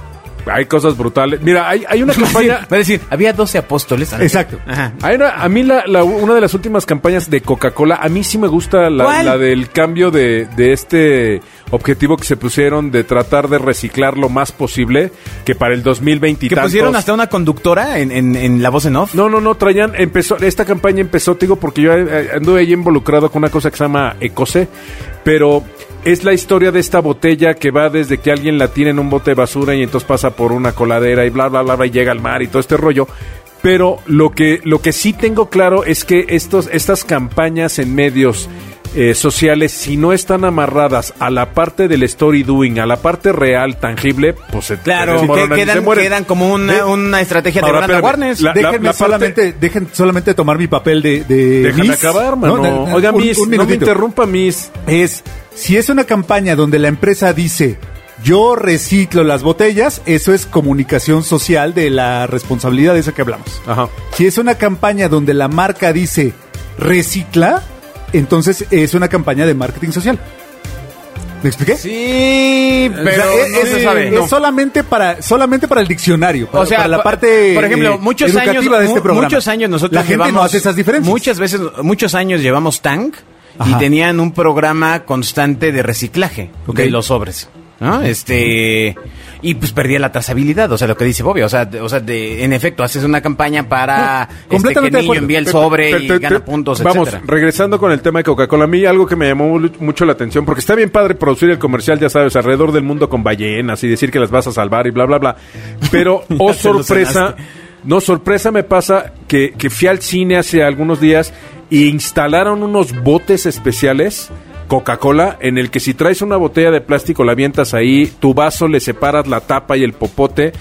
Speaker 4: Hay cosas brutales. Mira, hay,
Speaker 2: (laughs)
Speaker 4: hay una campaña...
Speaker 2: Va a decir, había 12 apóstoles.
Speaker 3: Exacto.
Speaker 2: Ajá.
Speaker 4: Hay una- a mí la, la- una de las últimas campañas de Coca-Cola, a mí sí me gusta la,
Speaker 2: ¿Cuál?
Speaker 4: la del cambio de, de este objetivo que se pusieron de tratar de reciclar lo más posible, que para el 2020 y
Speaker 2: Que
Speaker 4: tantos-
Speaker 2: pusieron hasta una conductora en, en, en la voz en off.
Speaker 4: No, no, no, traían, empezó, esta campaña empezó, te digo, porque yo eh, anduve ahí involucrado con una cosa que se llama Ecose, pero es la historia de esta botella que va desde que alguien la tiene en un bote de basura y entonces pasa por una coladera y bla, bla, bla, bla, y llega al mar y todo este rollo. Pero lo que, lo que sí tengo claro es que estos, estas campañas en medios eh, sociales, si no están amarradas a la parte del story doing, a la parte real, tangible, pues se
Speaker 2: Claro, que
Speaker 4: desmoronan y se
Speaker 2: quedan,
Speaker 4: mueren.
Speaker 2: quedan como una,
Speaker 4: Eh,
Speaker 2: una estrategia de
Speaker 4: Ahora,
Speaker 2: Branda
Speaker 4: espérame,
Speaker 2: Warnes.
Speaker 4: la-
Speaker 3: Déjenme
Speaker 4: la parte-
Speaker 3: solamente, dejen solamente tomar mi papel de, de
Speaker 4: Déjame
Speaker 3: Miss,
Speaker 4: acabar, mano.
Speaker 3: ¿no? Na- na-
Speaker 4: Oiga,
Speaker 3: un-
Speaker 4: Miss,
Speaker 3: un
Speaker 4: no me
Speaker 3: minutito.
Speaker 4: interrumpa, Miss.
Speaker 3: es si es una campaña donde la empresa dice yo reciclo las botellas, eso es comunicación social de la responsabilidad de esa que hablamos.
Speaker 4: Ajá.
Speaker 3: Si es una campaña donde la marca dice recicla, entonces es una campaña de marketing social. ¿Me expliqué?
Speaker 2: Sí,
Speaker 3: O sea,
Speaker 2: pero
Speaker 3: es,
Speaker 2: no
Speaker 3: es-
Speaker 2: se
Speaker 3: es
Speaker 2: sabe. No.
Speaker 3: solamente para solamente para el diccionario, para,
Speaker 2: o sea,
Speaker 3: para la
Speaker 2: pa-
Speaker 3: parte
Speaker 2: por ejemplo,
Speaker 3: eh,
Speaker 2: muchos años,
Speaker 3: educativa de este
Speaker 2: mu-
Speaker 3: programa.
Speaker 2: muchos años nosotros
Speaker 3: la gente
Speaker 2: llevamos
Speaker 3: no hace esas diferencias.
Speaker 2: Muchas veces, muchos años llevamos Tank y
Speaker 3: Ajá.
Speaker 2: tenían un programa constante de reciclaje
Speaker 3: Ok.
Speaker 2: de los sobres. ¿no? Este y pues perdía la trazabilidad, o sea, lo que dice Bobby, o sea, de- o sea, de- en efecto haces una campaña para
Speaker 3: No,
Speaker 2: este,
Speaker 3: completamente
Speaker 2: que
Speaker 3: de
Speaker 2: niño
Speaker 3: acuerdo.
Speaker 2: envía el
Speaker 4: Te-
Speaker 2: sobre
Speaker 4: te-
Speaker 2: y
Speaker 4: te-
Speaker 2: gana
Speaker 4: te-
Speaker 2: puntos,
Speaker 4: Vamos,
Speaker 2: etcétera.
Speaker 4: regresando con el tema de Coca-Cola, a mí algo que me llamó lu- mucho la atención, porque está bien padre producir el comercial, ya sabes, alrededor del mundo con ballenas y decir que las vas a salvar y bla, bla, bla.
Speaker 2: (laughs)
Speaker 4: Pero, oh
Speaker 2: te lo
Speaker 4: sorpresa,
Speaker 2: cenaste.
Speaker 4: no, sorpresa me pasa que, que fui al cine hace algunos días y instalaron unos botes especiales. Coca-Cola, en el que si traes una botella de plástico la avientas ahí, tu vaso le separas la tapa y el popote,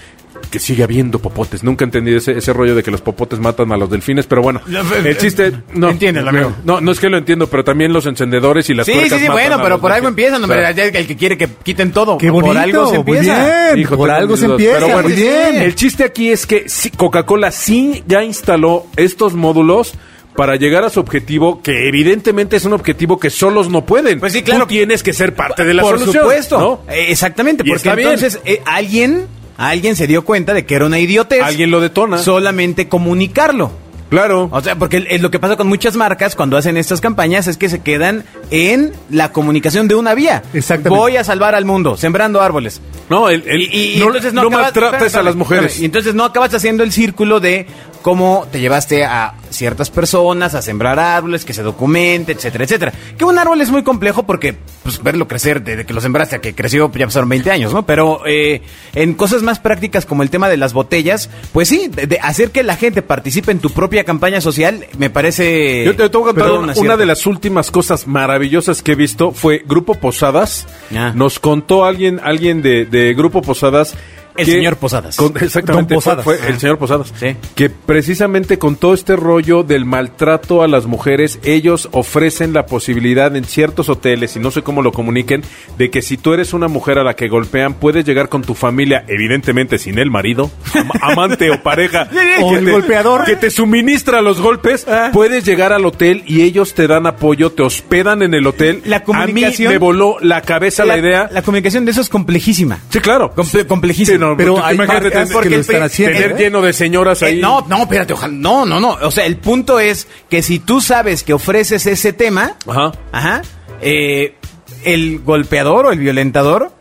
Speaker 4: que sigue habiendo popotes. Nunca he entendido ese, ese rollo de que los popotes matan a los delfines, pero bueno, el chiste, no,
Speaker 2: Entiéndelo, amigo.
Speaker 4: No, no es que lo entiendo, pero también los encendedores y las
Speaker 2: Sí, sí,
Speaker 4: tuercas
Speaker 2: sí,
Speaker 4: matan
Speaker 2: bueno,
Speaker 4: a
Speaker 2: pero
Speaker 4: los
Speaker 2: por algo
Speaker 4: delfines.
Speaker 2: empiezan, hombre,
Speaker 4: Claro.
Speaker 2: el que quiere que quiten todo.
Speaker 3: Qué bonito,
Speaker 2: por algo se
Speaker 3: muy
Speaker 2: empieza.
Speaker 3: bien.
Speaker 4: Hijo,
Speaker 3: por
Speaker 4: tengo
Speaker 3: algo
Speaker 4: mis
Speaker 3: se
Speaker 4: dudas.
Speaker 3: empieza,
Speaker 4: Pero bueno,
Speaker 3: muy bien.
Speaker 4: El chiste aquí es que sí, Coca-Cola sí ya instaló estos módulos para llegar a su objetivo, que evidentemente es un objetivo que solos no pueden.
Speaker 2: Pues sí, claro.
Speaker 4: Tú tienes que ser parte de la
Speaker 2: Por
Speaker 4: solución.
Speaker 2: supuesto.
Speaker 4: ¿no?
Speaker 2: Eh, exactamente,
Speaker 4: Y
Speaker 2: porque
Speaker 4: está bien.
Speaker 2: entonces eh, alguien, alguien se dio cuenta de que era una idiotez.
Speaker 4: Alguien lo detona.
Speaker 2: Solamente comunicarlo.
Speaker 4: Claro.
Speaker 2: O sea, porque el- el- lo que pasa con muchas marcas cuando hacen estas campañas es que se quedan en la comunicación de una vía.
Speaker 3: Exactamente.
Speaker 2: Voy a salvar al mundo, sembrando árboles.
Speaker 4: No, el, el-
Speaker 2: Y, y
Speaker 4: no,
Speaker 2: entonces no,
Speaker 4: no
Speaker 2: acabas-
Speaker 4: maltrates
Speaker 2: espérame,
Speaker 4: a las
Speaker 2: espérame,
Speaker 4: mujeres.
Speaker 2: espérame. Y entonces no acabas haciendo el círculo de cómo te llevaste a ciertas personas a sembrar árboles, que se documente, etcétera, etcétera. Que un árbol es muy complejo porque pues, verlo crecer, desde que lo sembraste a que creció, pues, ya pasaron 20 años, ¿no? Pero eh, en cosas más prácticas como el tema de las botellas, pues sí, de, de hacer que la gente participe en tu propia campaña social, me parece...
Speaker 4: Yo te tengo que contar
Speaker 2: Perdón,
Speaker 4: una,
Speaker 2: acierto.
Speaker 4: una de las últimas cosas maravillosas que he visto fue Grupo Posadas.
Speaker 2: Ah.
Speaker 4: Nos contó alguien, alguien de, de Grupo Posadas.
Speaker 2: El
Speaker 4: que-
Speaker 2: señor Posadas.
Speaker 4: con- exactamente.
Speaker 3: Don
Speaker 4: fue-
Speaker 3: Posadas.
Speaker 4: Fue, el señor Posadas.
Speaker 2: Sí.
Speaker 4: Que precisamente con todo este rollo del maltrato a las mujeres, ellos ofrecen la posibilidad en ciertos hoteles, y no sé cómo lo comuniquen, de que si tú eres una mujer a la que golpean, puedes llegar con tu familia, evidentemente sin el marido, am- amante
Speaker 3: (laughs)
Speaker 4: o pareja,
Speaker 3: O
Speaker 4: que
Speaker 3: el
Speaker 4: te-
Speaker 3: golpeador.
Speaker 4: que te suministra los golpes, puedes llegar al hotel y ellos te dan apoyo, te hospedan en el hotel.
Speaker 2: La comunicación-
Speaker 4: A mí me voló la cabeza la, idea.
Speaker 2: La comunicación de eso es complejísima.
Speaker 4: Sí, claro.
Speaker 2: Comple- complejísima.
Speaker 4: Sí, no,
Speaker 3: Pero
Speaker 4: tú-
Speaker 3: hay
Speaker 4: imagínate
Speaker 3: marcas
Speaker 4: tener-
Speaker 3: que lo están
Speaker 4: tener
Speaker 3: haciendo, ¿eh?
Speaker 4: lleno de señoras
Speaker 2: Eh,
Speaker 4: ahí.
Speaker 2: no, no, espérate, ojalá. No, no, no. O sea, el punto es que si tú sabes que ofreces ese tema,
Speaker 4: Ajá.
Speaker 2: ajá, eh, el golpeador o el violentador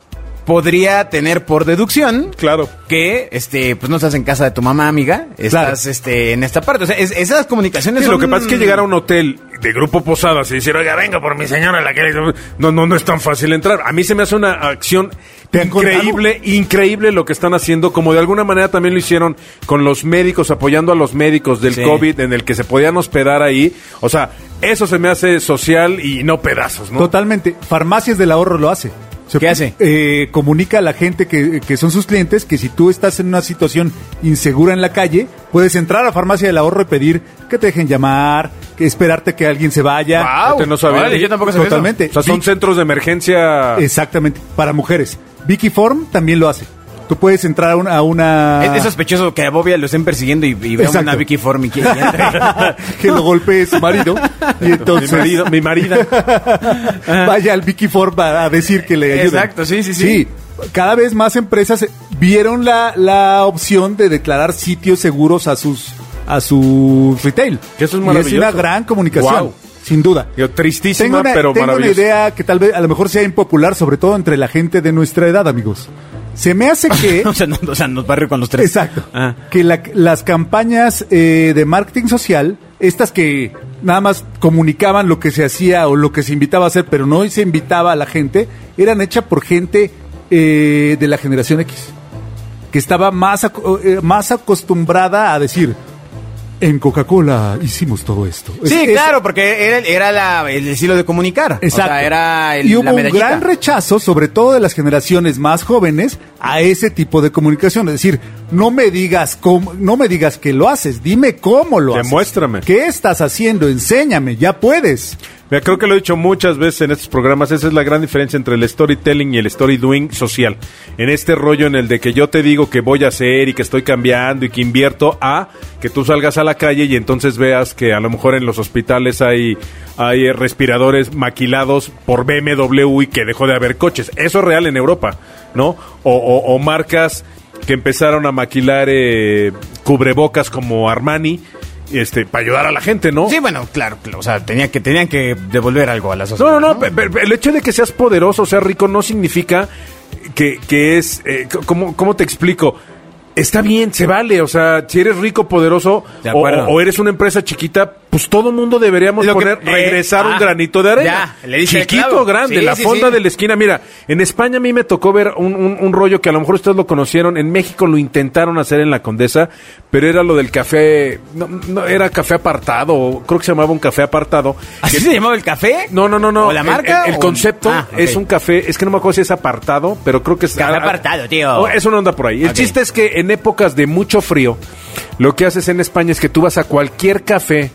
Speaker 2: podría tener por deducción
Speaker 4: Claro.
Speaker 2: que este pues no estás en casa de tu mamá amiga estás este en esta parte o sea es- esas comunicaciones
Speaker 4: Sí, Lo
Speaker 2: son-
Speaker 4: que pasa es que llegar a un hotel de grupo Posadas y decir, oiga, venga por mi señora, la que le-". No, no, no es tan fácil entrar. A mí se me hace una acción
Speaker 3: ¿Te han
Speaker 4: increíble, increíble lo que están haciendo, como de alguna manera también lo hicieron con los médicos, apoyando a los médicos del
Speaker 2: Sí.
Speaker 4: COVID en el que se podían hospedar ahí. O sea, eso se me hace social y no pedazos, ¿no?
Speaker 3: Totalmente. Farmacias del Ahorro lo hace. Se-
Speaker 2: ¿Qué hace?
Speaker 3: eh, comunica a la gente que, que son sus clientes que si tú estás en una situación insegura en la calle, puedes entrar a Farmacia del Ahorro y pedir que te dejen llamar, que esperarte que alguien se vaya.
Speaker 2: Guau.
Speaker 4: Este no sabía.
Speaker 2: Órale, yo tampoco sabía eso.
Speaker 3: Totalmente.
Speaker 4: O sea, son
Speaker 3: Vic-
Speaker 4: centros de emergencia.
Speaker 3: Exactamente. Para mujeres. Vicky Form también lo hace. Tú puedes entrar a una... a una-
Speaker 4: Eh,
Speaker 2: es, es sospechoso que a Bobia lo estén persiguiendo y, y vean
Speaker 3: Exacto.
Speaker 2: una Vicky Form (laughs) y que- y entre.
Speaker 3: (laughs) que lo golpee su marido. Y entonces...
Speaker 4: (laughs) Mi marido, mi marida.
Speaker 3: Vaya al Vicky Ford a a decir que le ayuden.
Speaker 2: Exacto, sí, sí, sí.
Speaker 3: cada vez más empresas vieron la, la opción de declarar sitios seguros a sus a su retail.
Speaker 4: Que eso es
Speaker 3: Y
Speaker 4: maravilloso.
Speaker 3: una gran comunicación,
Speaker 4: Wow.
Speaker 3: sin duda.
Speaker 4: Digo, tristísima,
Speaker 3: tengo una,
Speaker 4: pero
Speaker 3: tengo una
Speaker 4: maravillosa.
Speaker 3: idea que tal vez a lo mejor sea impopular, sobre todo entre la gente de nuestra edad, amigos. Se me hace
Speaker 4: (laughs)
Speaker 3: que
Speaker 2: o sea no, o sea, nos barrio con los tres
Speaker 3: Exacto.
Speaker 2: Ah.
Speaker 3: Que la- las campañas eh, de marketing social, estas que nada más comunicaban lo que se hacía o lo que se invitaba a hacer, pero no se invitaba a la gente, eran hechas por gente eh, de la generación X, que estaba más, acu- eh, más acostumbrada a decir, en Coca-Cola hicimos todo esto. Es-
Speaker 2: Sí,
Speaker 3: es-
Speaker 2: claro, porque era, era la- el estilo de comunicar. O sea, era el,
Speaker 3: y hubo
Speaker 2: la
Speaker 3: un
Speaker 2: medallita.
Speaker 3: gran rechazo, sobre todo de las generaciones más jóvenes, a ese tipo de comunicación. Es decir, no me digas cómo, no me digas que lo haces, dime cómo lo haces.
Speaker 4: Demuéstrame.
Speaker 3: ¿Qué estás haciendo? Enséñame, ya puedes.
Speaker 4: Mira, creo que lo he dicho muchas veces en estos programas, esa es la gran diferencia entre el storytelling y el story doing social. En este rollo en el de que yo te digo que voy a hacer y que estoy cambiando y que invierto a que tú salgas a la calle y entonces veas que a lo mejor en los hospitales hay, hay eh, respiradores maquilados por BMW y que dejó de haber coches. Eso es real en Europa, ¿no? O, o- o marcas que empezaron a maquilar eh, cubrebocas como Armani. Este, para ayudar a la gente, ¿no?
Speaker 2: Sí, bueno, claro, claro, o sea, tenía que, tenían que devolver algo a la sociedad.
Speaker 4: No, no, no. pe- pe- El hecho de que seas poderoso, seas rico, no significa que, que es. eh, c- ¿cómo, cómo te explico? Está bien, se vale. O sea, si eres rico, poderoso
Speaker 2: De
Speaker 4: o,
Speaker 2: acuerdo.
Speaker 4: o eres una empresa chiquita, pues todo mundo deberíamos
Speaker 2: Lo que-
Speaker 4: poner,
Speaker 2: eh,
Speaker 4: regresar un
Speaker 2: ah,
Speaker 4: granito de arena.
Speaker 2: ya, le diste el
Speaker 4: Chiquito,
Speaker 2: clavo.
Speaker 4: grande,
Speaker 2: Sí,
Speaker 4: la
Speaker 2: sí,
Speaker 4: fonda
Speaker 2: sí.
Speaker 4: de la esquina. Mira, en España a mí me tocó ver un, un- un rollo que a lo mejor ustedes lo conocieron. En México lo intentaron hacer en la Condesa, pero era lo del café. No, no, era café apartado. Creo que se llamaba un café apartado.
Speaker 2: ¿Así
Speaker 4: que-
Speaker 2: se llamaba el café?
Speaker 4: no, no, no, no.
Speaker 2: ¿O la
Speaker 4: El-
Speaker 2: marca?
Speaker 4: El, el
Speaker 2: ¿O-
Speaker 4: concepto
Speaker 2: Ah, ok.
Speaker 4: es un café, es que no me acuerdo si es apartado, pero creo que es
Speaker 2: Café
Speaker 4: ah, ah,
Speaker 2: apartado, tío.
Speaker 4: oh, Es una onda por ahí. El
Speaker 2: Ok.
Speaker 4: chiste es que en épocas de mucho frío, lo que haces en España es que tú vas a cualquier café,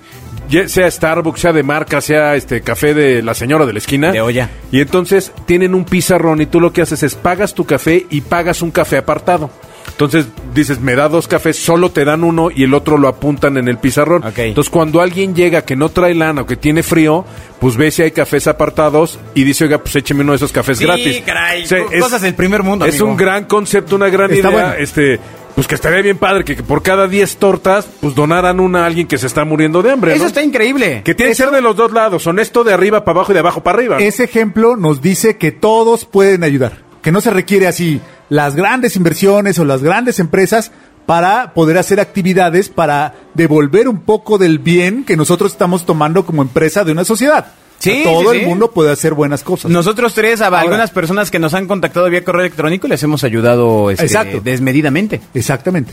Speaker 4: ya sea Starbucks, sea de marca, sea este café de la señora de la esquina.
Speaker 2: De olla.
Speaker 4: Y entonces tienen un pizarrón y tú lo que haces es pagas tu café y pagas un café apartado. Entonces dices, me da dos cafés, solo te dan uno y el otro lo apuntan en el pizarrón.
Speaker 2: Ok.
Speaker 4: Entonces cuando alguien llega que no trae lana o que tiene frío, pues ve si hay cafés apartados y dice, oiga, pues écheme uno de esos cafés
Speaker 2: Sí,
Speaker 4: gratis.
Speaker 2: caray,
Speaker 4: O sea,
Speaker 2: cosas del primer mundo,
Speaker 4: Es
Speaker 2: amigo.
Speaker 4: un gran concepto, una gran
Speaker 3: Está
Speaker 4: idea.
Speaker 3: bueno.
Speaker 4: Este, pues que estaría bien padre que, que por cada 10 tortas, pues donaran una a alguien que se está muriendo de hambre.
Speaker 2: Eso
Speaker 4: ¿no?
Speaker 2: está increíble.
Speaker 4: Que tiene que
Speaker 3: Eso-
Speaker 4: ser de los dos lados, honesto de arriba para abajo y de abajo para arriba. ¿no?
Speaker 3: Ese ejemplo nos dice que todos pueden ayudar, que no se requiere así las grandes inversiones o las grandes empresas para poder hacer actividades para devolver un poco del bien que nosotros estamos tomando como empresa de una sociedad.
Speaker 2: Sí,
Speaker 3: O sea, todo
Speaker 2: sí,
Speaker 3: el
Speaker 2: sí.
Speaker 3: mundo puede hacer buenas cosas.
Speaker 2: Nosotros tres, a
Speaker 3: Ahora.
Speaker 2: algunas personas que nos han contactado vía correo electrónico, les hemos ayudado este,
Speaker 3: Exacto.
Speaker 2: desmedidamente.
Speaker 3: Exactamente.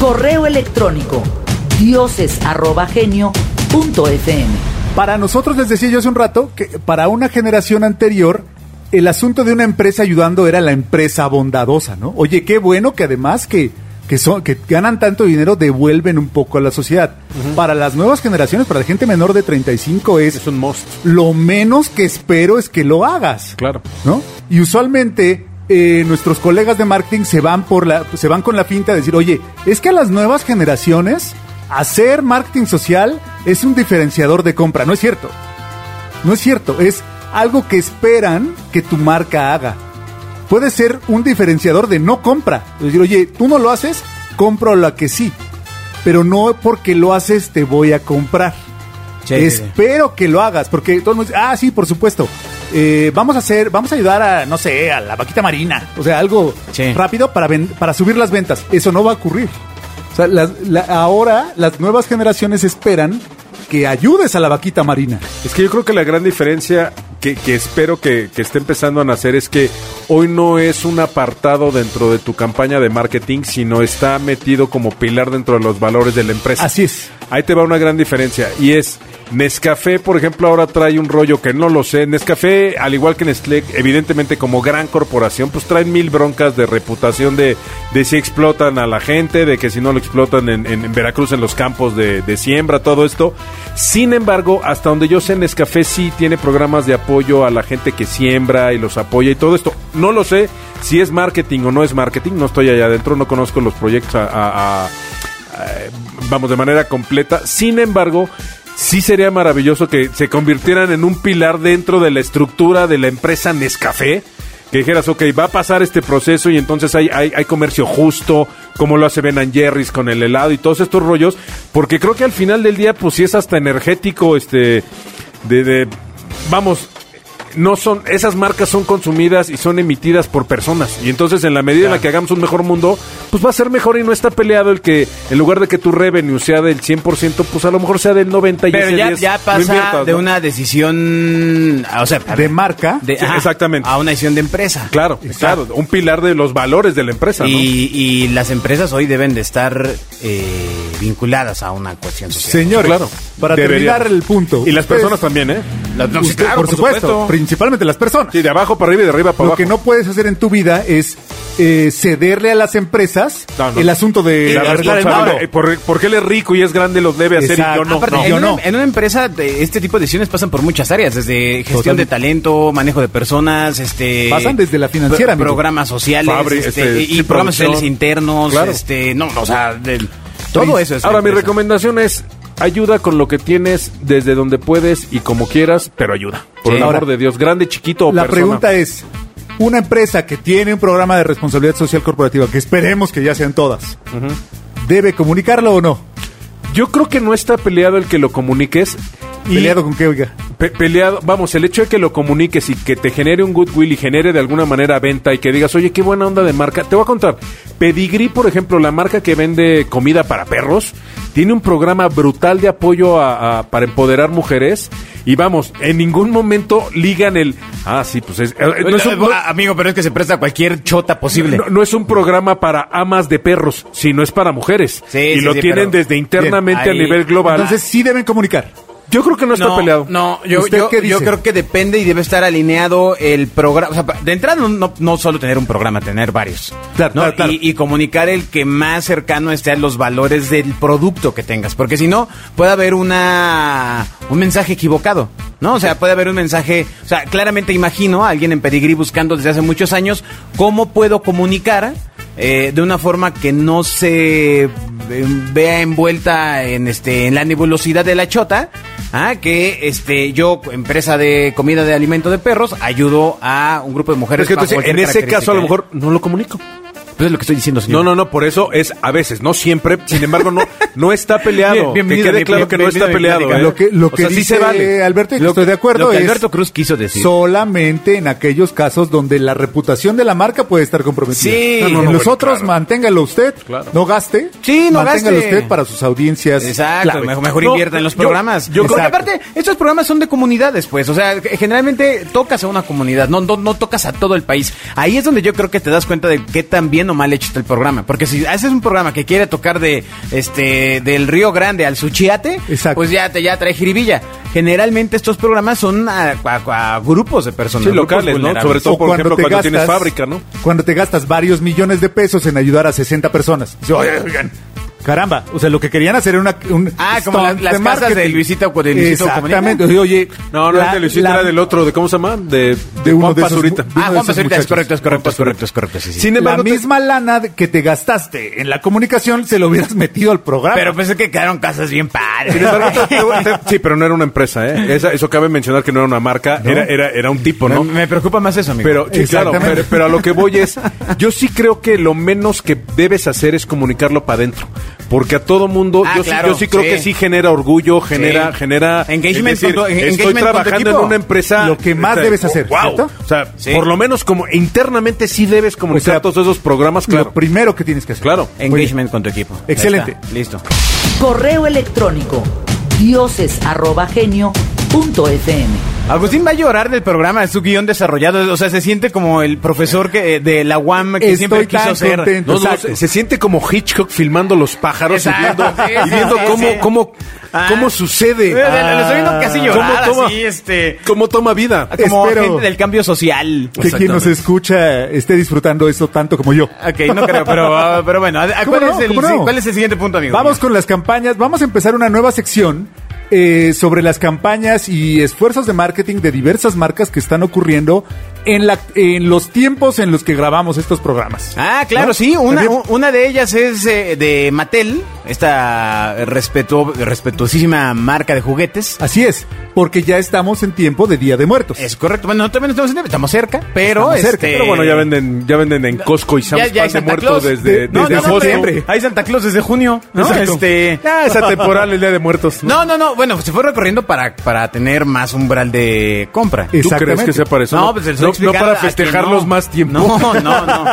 Speaker 1: Correo electrónico dioses@genio.fm.
Speaker 3: Para nosotros, les decía yo hace un rato, que para una generación anterior, el asunto de una empresa ayudando era la empresa bondadosa, ¿no? Oye, qué bueno que además que, que, son, que ganan tanto dinero, devuelven un poco a la sociedad. Para las nuevas generaciones, para la gente menor de 35 es...
Speaker 4: Es un must.
Speaker 3: Lo menos que espero es que lo hagas.
Speaker 4: Claro.
Speaker 3: ¿no? Y usualmente eh, nuestros colegas de marketing se van por la, se van con la finta de decir, oye, es que a las nuevas generaciones hacer marketing social es un diferenciador de compra. No es cierto. No es cierto. Es algo que esperan que tu marca haga. Puede ser un diferenciador de no compra. Es decir, oye, tú no lo haces, compro la que sí. Pero no porque lo haces te voy a comprar.
Speaker 2: Sí, sí, sí.
Speaker 3: Espero que lo hagas, porque todo el mundo dice, ah, sí, por supuesto. Eh, vamos a hacer, vamos a ayudar a, no sé, a la vaquita marina. O sea, algo
Speaker 2: Sí.
Speaker 3: rápido para, ven- para subir las ventas. Eso no va a ocurrir. O sea, las- la- ahora las nuevas generaciones esperan que ayudes a la vaquita marina.
Speaker 4: Es que yo creo que la gran diferencia que, que espero que, que esté empezando a nacer es que hoy no es un apartado dentro de tu campaña de marketing, sino está metido como pilar dentro de los valores de la empresa.
Speaker 3: Así es.
Speaker 4: Ahí te va una gran diferencia y es Nescafé, por ejemplo, ahora trae un rollo que no lo sé. Nescafé, al igual que Nestlé, evidentemente como gran corporación, pues traen mil broncas de reputación de, de si explotan a la gente, de que si no lo explotan en, en- en Veracruz, en los campos de, de siembra, todo esto. Sin embargo, hasta donde yo sé, Nescafé sí tiene programas de apoyo a la gente que siembra y los apoya y todo esto. No lo sé si es marketing o no es marketing, no estoy allá adentro, no conozco los proyectos a- a- a vamos, de manera completa. Sin embargo, sí sería maravilloso que se convirtieran en un pilar dentro de la estructura de la empresa Nescafé. Que dijeras, ok, va a pasar este proceso y entonces hay, hay, hay comercio justo, como lo hace Ben Jerry's con el helado y todos estos rollos, porque creo que al final del día, pues sí es hasta energético, este, de, de vamos, no son, esas marcas son consumidas y son emitidas por personas. Y entonces, en la medida en la que hagamos un mejor mundo, pues va a ser mejor y no está peleado el que, en lugar de que tu revenue sea del 100%, pues a lo mejor sea del 90% y
Speaker 2: Pero
Speaker 4: ese
Speaker 2: ya,
Speaker 4: 10
Speaker 2: ya
Speaker 4: lo
Speaker 2: pasa
Speaker 4: inviertas,
Speaker 2: de
Speaker 4: ¿no?
Speaker 2: una decisión, o sea, a
Speaker 3: De
Speaker 2: ver,
Speaker 3: marca.
Speaker 2: de-
Speaker 4: Sí,
Speaker 2: ajá,
Speaker 4: exactamente.
Speaker 2: a una decisión de empresa.
Speaker 4: Claro,
Speaker 3: Exacto.
Speaker 4: claro, un pilar de los valores de la empresa, ¿no?
Speaker 2: Y, y las empresas hoy deben de estar eh, vinculadas a una cuestión social.
Speaker 3: Señores,
Speaker 4: Claro,
Speaker 3: para
Speaker 4: debería.
Speaker 3: terminar el punto.
Speaker 4: Y las
Speaker 3: ustedes-
Speaker 4: personas también, ¿eh? Las- no, sí,
Speaker 3: Usted,
Speaker 4: claro,
Speaker 3: por, supuesto, principalmente las personas.
Speaker 4: Sí, de abajo para arriba y de arriba para
Speaker 3: Lo
Speaker 4: abajo.
Speaker 3: que no puedes hacer en tu vida es eh, cederle a las empresas
Speaker 4: No, no.
Speaker 3: el asunto de
Speaker 4: La
Speaker 3: arreglar el
Speaker 4: responsabilidad.
Speaker 3: mundo.
Speaker 4: Eh, ¿Por, por qué él es rico y es grande los debe hacer
Speaker 3: Exacto.
Speaker 4: y yo no?
Speaker 2: Ah, Aparte,
Speaker 4: No.
Speaker 2: en,
Speaker 3: yo
Speaker 2: una,
Speaker 3: no.
Speaker 2: en una empresa de este tipo de decisiones pasan por muchas áreas, desde gestión
Speaker 3: Totalmente.
Speaker 2: de talento, manejo de personas, este
Speaker 3: Pasan desde la financiera, amigo.
Speaker 2: programas sociales,
Speaker 4: Fabri-
Speaker 2: este,
Speaker 4: este,
Speaker 2: y- y
Speaker 4: sí,
Speaker 2: programas
Speaker 4: producción.
Speaker 2: sociales internos,
Speaker 4: Claro.
Speaker 2: este, no, o sea, del- todo eso es
Speaker 4: Ahora, mi
Speaker 2: empresa.
Speaker 4: recomendación es ayuda con lo que tienes, desde donde puedes y como quieras, pero ayuda. Por
Speaker 2: Sí.
Speaker 4: el amor
Speaker 3: Ahora,
Speaker 4: de Dios, grande, chiquito o
Speaker 3: La
Speaker 4: persona.
Speaker 3: pregunta es, una empresa que tiene un programa de responsabilidad social corporativa, que esperemos que ya sean todas, ¿debe comunicarlo o no?
Speaker 4: Yo creo que no está peleado el que lo comuniques. y-
Speaker 3: ¿Peleado con qué, oiga?
Speaker 4: Pe- peleado, vamos, el hecho de que lo comuniques y que te genere un goodwill y genere de alguna manera venta y que digas, oye, qué buena onda de marca. Te voy a contar, Pedigree, por ejemplo, la marca que vende comida para perros, tiene un programa brutal de apoyo a- a- para empoderar mujeres y vamos, en ningún momento ligan el, ah, sí, pues es... eh, no es un- no-
Speaker 2: Ah, Amigo, pero es que se presta a cualquier chota posible.
Speaker 4: no, no es un programa para amas de perros, sino es para mujeres.
Speaker 2: Sí,
Speaker 4: y
Speaker 2: sí,
Speaker 4: lo
Speaker 2: sí,
Speaker 4: tienen
Speaker 2: pero-
Speaker 4: desde internamente
Speaker 2: Ahí-
Speaker 4: a nivel global.
Speaker 3: Entonces sí deben comunicar.
Speaker 4: yo creo que no está peleado.
Speaker 2: No, yo,
Speaker 3: ¿Usted
Speaker 2: yo,
Speaker 3: qué
Speaker 2: yo
Speaker 3: dice?
Speaker 2: creo que depende y debe estar alineado el programa. O sea, pa- de entrada, no- no, no solo tener un programa, tener varios.
Speaker 3: Claro,
Speaker 2: ¿no?
Speaker 3: claro, claro.
Speaker 2: Y, y comunicar el que más cercano esté a los valores del producto que tengas. Porque si no, puede haber una un mensaje equivocado. ¿No? O sea, puede haber un mensaje. O sea, claramente imagino a alguien en Pedigrí buscando desde hace muchos años cómo puedo comunicar eh, de una forma que no se eh, vea envuelta en este en la nebulosidad de la chota. Ah, que este yo, empresa de comida de alimento de perros, ayudo a un grupo de mujeres.
Speaker 4: Pero es que
Speaker 2: bajo
Speaker 4: entonces, en
Speaker 2: cualquier
Speaker 4: ese caso a lo
Speaker 2: característica.
Speaker 4: mejor no lo comunico.
Speaker 2: Pues es lo que estoy diciendo, señor.
Speaker 4: No, no, no, por eso es a veces, no siempre. Sin embargo, no, no está peleado.
Speaker 2: Bien- bienvenido
Speaker 4: que
Speaker 2: a
Speaker 4: quede
Speaker 2: mi-
Speaker 4: claro que no
Speaker 2: bienvenido
Speaker 4: está
Speaker 2: a mi
Speaker 4: peleado.
Speaker 2: plática.
Speaker 4: ¿eh?
Speaker 3: Lo que, lo
Speaker 4: O
Speaker 3: que
Speaker 4: sea, sí
Speaker 3: dice
Speaker 4: se vale.
Speaker 3: Alberto, y que
Speaker 2: Lo-
Speaker 3: estoy de acuerdo,
Speaker 2: lo que
Speaker 3: es
Speaker 2: Alberto Cruz quiso decir.
Speaker 3: solamente en aquellos casos donde la reputación de la marca puede estar comprometida.
Speaker 2: Sí.
Speaker 3: En
Speaker 2: No, no,
Speaker 4: no,
Speaker 3: los
Speaker 4: bueno,
Speaker 3: otros,
Speaker 4: claro.
Speaker 3: manténgalo usted,
Speaker 4: Claro.
Speaker 3: no gaste.
Speaker 2: Sí, no
Speaker 3: manténgalo
Speaker 2: gaste.
Speaker 3: usted para sus audiencias.
Speaker 2: Exacto,
Speaker 3: clave.
Speaker 2: mejor, mejor
Speaker 4: No,
Speaker 2: invierta en los
Speaker 4: yo-
Speaker 2: programas.
Speaker 4: yo creo
Speaker 2: Porque
Speaker 4: que-
Speaker 2: aparte, estos programas son de comunidades, pues. O sea, que- generalmente tocas a una comunidad, no, no, no tocas a todo el país. Ahí es donde yo creo que te das cuenta de qué tan bien o mal hecho está el programa. Porque si haces un programa que quiere tocar de este del Río Grande al Suchiate,
Speaker 3: Exacto.
Speaker 2: pues ya te ya trae jiribilla. Generalmente estos programas son a, a- a grupos de personas.
Speaker 4: Sí,
Speaker 2: grupos
Speaker 4: locales, ¿no?
Speaker 2: vulnerables.
Speaker 4: Sobre todo, por ejemplo, cuando tienes fábrica, ¿no?
Speaker 3: Cuando te gastas varios millones de pesos en ayudar a 60 personas. Dice, "Oye, oigan, Caramba, o sea, lo que querían hacer era una, un
Speaker 2: Ah, como
Speaker 3: stunt
Speaker 2: las- las casas
Speaker 3: marketing.
Speaker 2: de Luisito- de Luisito
Speaker 3: Exactamente.
Speaker 2: Comunica.
Speaker 3: Oye,
Speaker 4: No, no
Speaker 3: la-
Speaker 4: es de Luisito,
Speaker 3: la-
Speaker 4: era del otro, de cómo se llama, de, de,
Speaker 3: uno
Speaker 4: Juan
Speaker 3: de esos
Speaker 4: Pazurita.
Speaker 3: mu-
Speaker 2: Ah,
Speaker 3: uno de
Speaker 2: Juan pues
Speaker 3: esos
Speaker 2: Pazurita, es
Speaker 3: muchachos.
Speaker 2: correcto, es correcto, es correcto, es correcto, sí, sí.
Speaker 4: Sin embargo,
Speaker 3: la
Speaker 4: te-
Speaker 3: misma lana de- que te gastaste en la comunicación se lo hubieras metido al programa.
Speaker 2: Pero pues es que quedaron casas bien padres.
Speaker 4: sin embargo,
Speaker 2: (laughs)
Speaker 4: te- te- te- sí, pero no era una empresa, ¿eh? Esa- eso cabe mencionar que no era una marca, era, era, era un tipo, ¿no?
Speaker 2: Me, me preocupa más eso, amigo.
Speaker 4: Pero, sí, claro,
Speaker 3: Exactamente.
Speaker 4: pero, pero a lo que voy es, yo sí creo que lo menos que debes hacer es comunicarlo para adentro. Porque a todo mundo,
Speaker 2: Ah,
Speaker 4: yo, sí-
Speaker 2: claro,
Speaker 4: yo sí creo
Speaker 2: sí.
Speaker 4: que sí genera orgullo, genera,
Speaker 2: Sí.
Speaker 4: genera
Speaker 2: Engagement
Speaker 4: es decir,
Speaker 2: con tu- en-
Speaker 4: estoy
Speaker 2: engagement con tu
Speaker 4: trabajando en
Speaker 2: equipo.
Speaker 4: una empresa.
Speaker 3: Lo que más
Speaker 4: este,
Speaker 3: debes hacer,
Speaker 4: wow.
Speaker 3: ¿cierto?
Speaker 4: O sea,
Speaker 2: Sí.
Speaker 4: por lo menos como internamente sí debes
Speaker 3: O
Speaker 4: comunicar
Speaker 3: sea,
Speaker 4: todos esos programas,
Speaker 3: Lo
Speaker 4: claro.
Speaker 3: primero que tienes que hacer.
Speaker 4: Claro.
Speaker 2: Engagement con tu equipo. Ahí
Speaker 3: Excelente.
Speaker 2: está, Listo.
Speaker 1: Correo electrónico dioses@genio.fm.
Speaker 2: Agustín va a llorar del programa, es su guión desarrollado. O sea, se siente como el profesor que, eh, de la UAM que
Speaker 3: Estoy
Speaker 2: siempre quiso
Speaker 3: tan
Speaker 2: ser.
Speaker 3: contento.
Speaker 4: No, no,
Speaker 3: Exacto.
Speaker 4: se, se siente como Hitchcock filmando los pájaros y
Speaker 2: Exacto,
Speaker 4: viendo,
Speaker 2: sí, sí,
Speaker 4: y viendo
Speaker 2: sí,
Speaker 4: cómo,
Speaker 2: sí.
Speaker 4: cómo,
Speaker 2: Ah.
Speaker 4: cómo sucede.
Speaker 2: Lo estoy viendo casi llorar,
Speaker 4: ¿Cómo toma,
Speaker 2: así, este,
Speaker 4: cómo toma vida.
Speaker 2: Como
Speaker 3: Espero-
Speaker 2: gente del cambio social.
Speaker 3: Que quien nos escucha esté disfrutando esto tanto como yo.
Speaker 2: Ok, no creo, pero, ah, pero bueno. ah,
Speaker 3: ¿Cómo
Speaker 2: ¿cuál,
Speaker 3: no?
Speaker 2: es el,
Speaker 3: ¿Cómo no?
Speaker 2: cuál es el siguiente punto, amigo?
Speaker 3: Vamos con las campañas. Vamos a empezar una nueva sección eh, sobre las campañas y esfuerzos de marketing de diversas marcas que están ocurriendo en, la, en los tiempos en los que grabamos estos programas.
Speaker 2: Ah, claro,
Speaker 3: ¿No?
Speaker 2: sí. Una,
Speaker 3: También-
Speaker 2: u- una de ellas es eh, de Mattel, esta respetuo- respetuosísima marca de juguetes.
Speaker 3: Así es, porque ya estamos en tiempo de Día de Muertos.
Speaker 2: Es correcto. Bueno, nosotros también estamos, en- estamos cerca, pero
Speaker 3: Estamos cerca,
Speaker 2: este-
Speaker 4: Pero bueno, ya venden, ya venden en Costco y
Speaker 2: Ya,
Speaker 4: Sam's
Speaker 2: ya hay
Speaker 4: pan de
Speaker 2: Santa
Speaker 4: muerto
Speaker 2: Claus.
Speaker 4: desde,
Speaker 3: De- no,
Speaker 4: desde
Speaker 3: no, no,
Speaker 4: agosto.
Speaker 3: septiembre.
Speaker 2: Hay Santa Claus desde junio, ¿no?
Speaker 3: Exacto.
Speaker 2: Este...
Speaker 4: Ah, esa temporal el Día de Muertos. ¿no?
Speaker 2: No, no, no. Bueno, se fue recorriendo para, para tener más umbral de compra.
Speaker 3: Es-
Speaker 4: ¿Tú crees
Speaker 3: Exactamente.
Speaker 4: que sea para eso?
Speaker 2: No, pues el
Speaker 4: no, no para festejarlos más tiempo.
Speaker 2: No, no, no.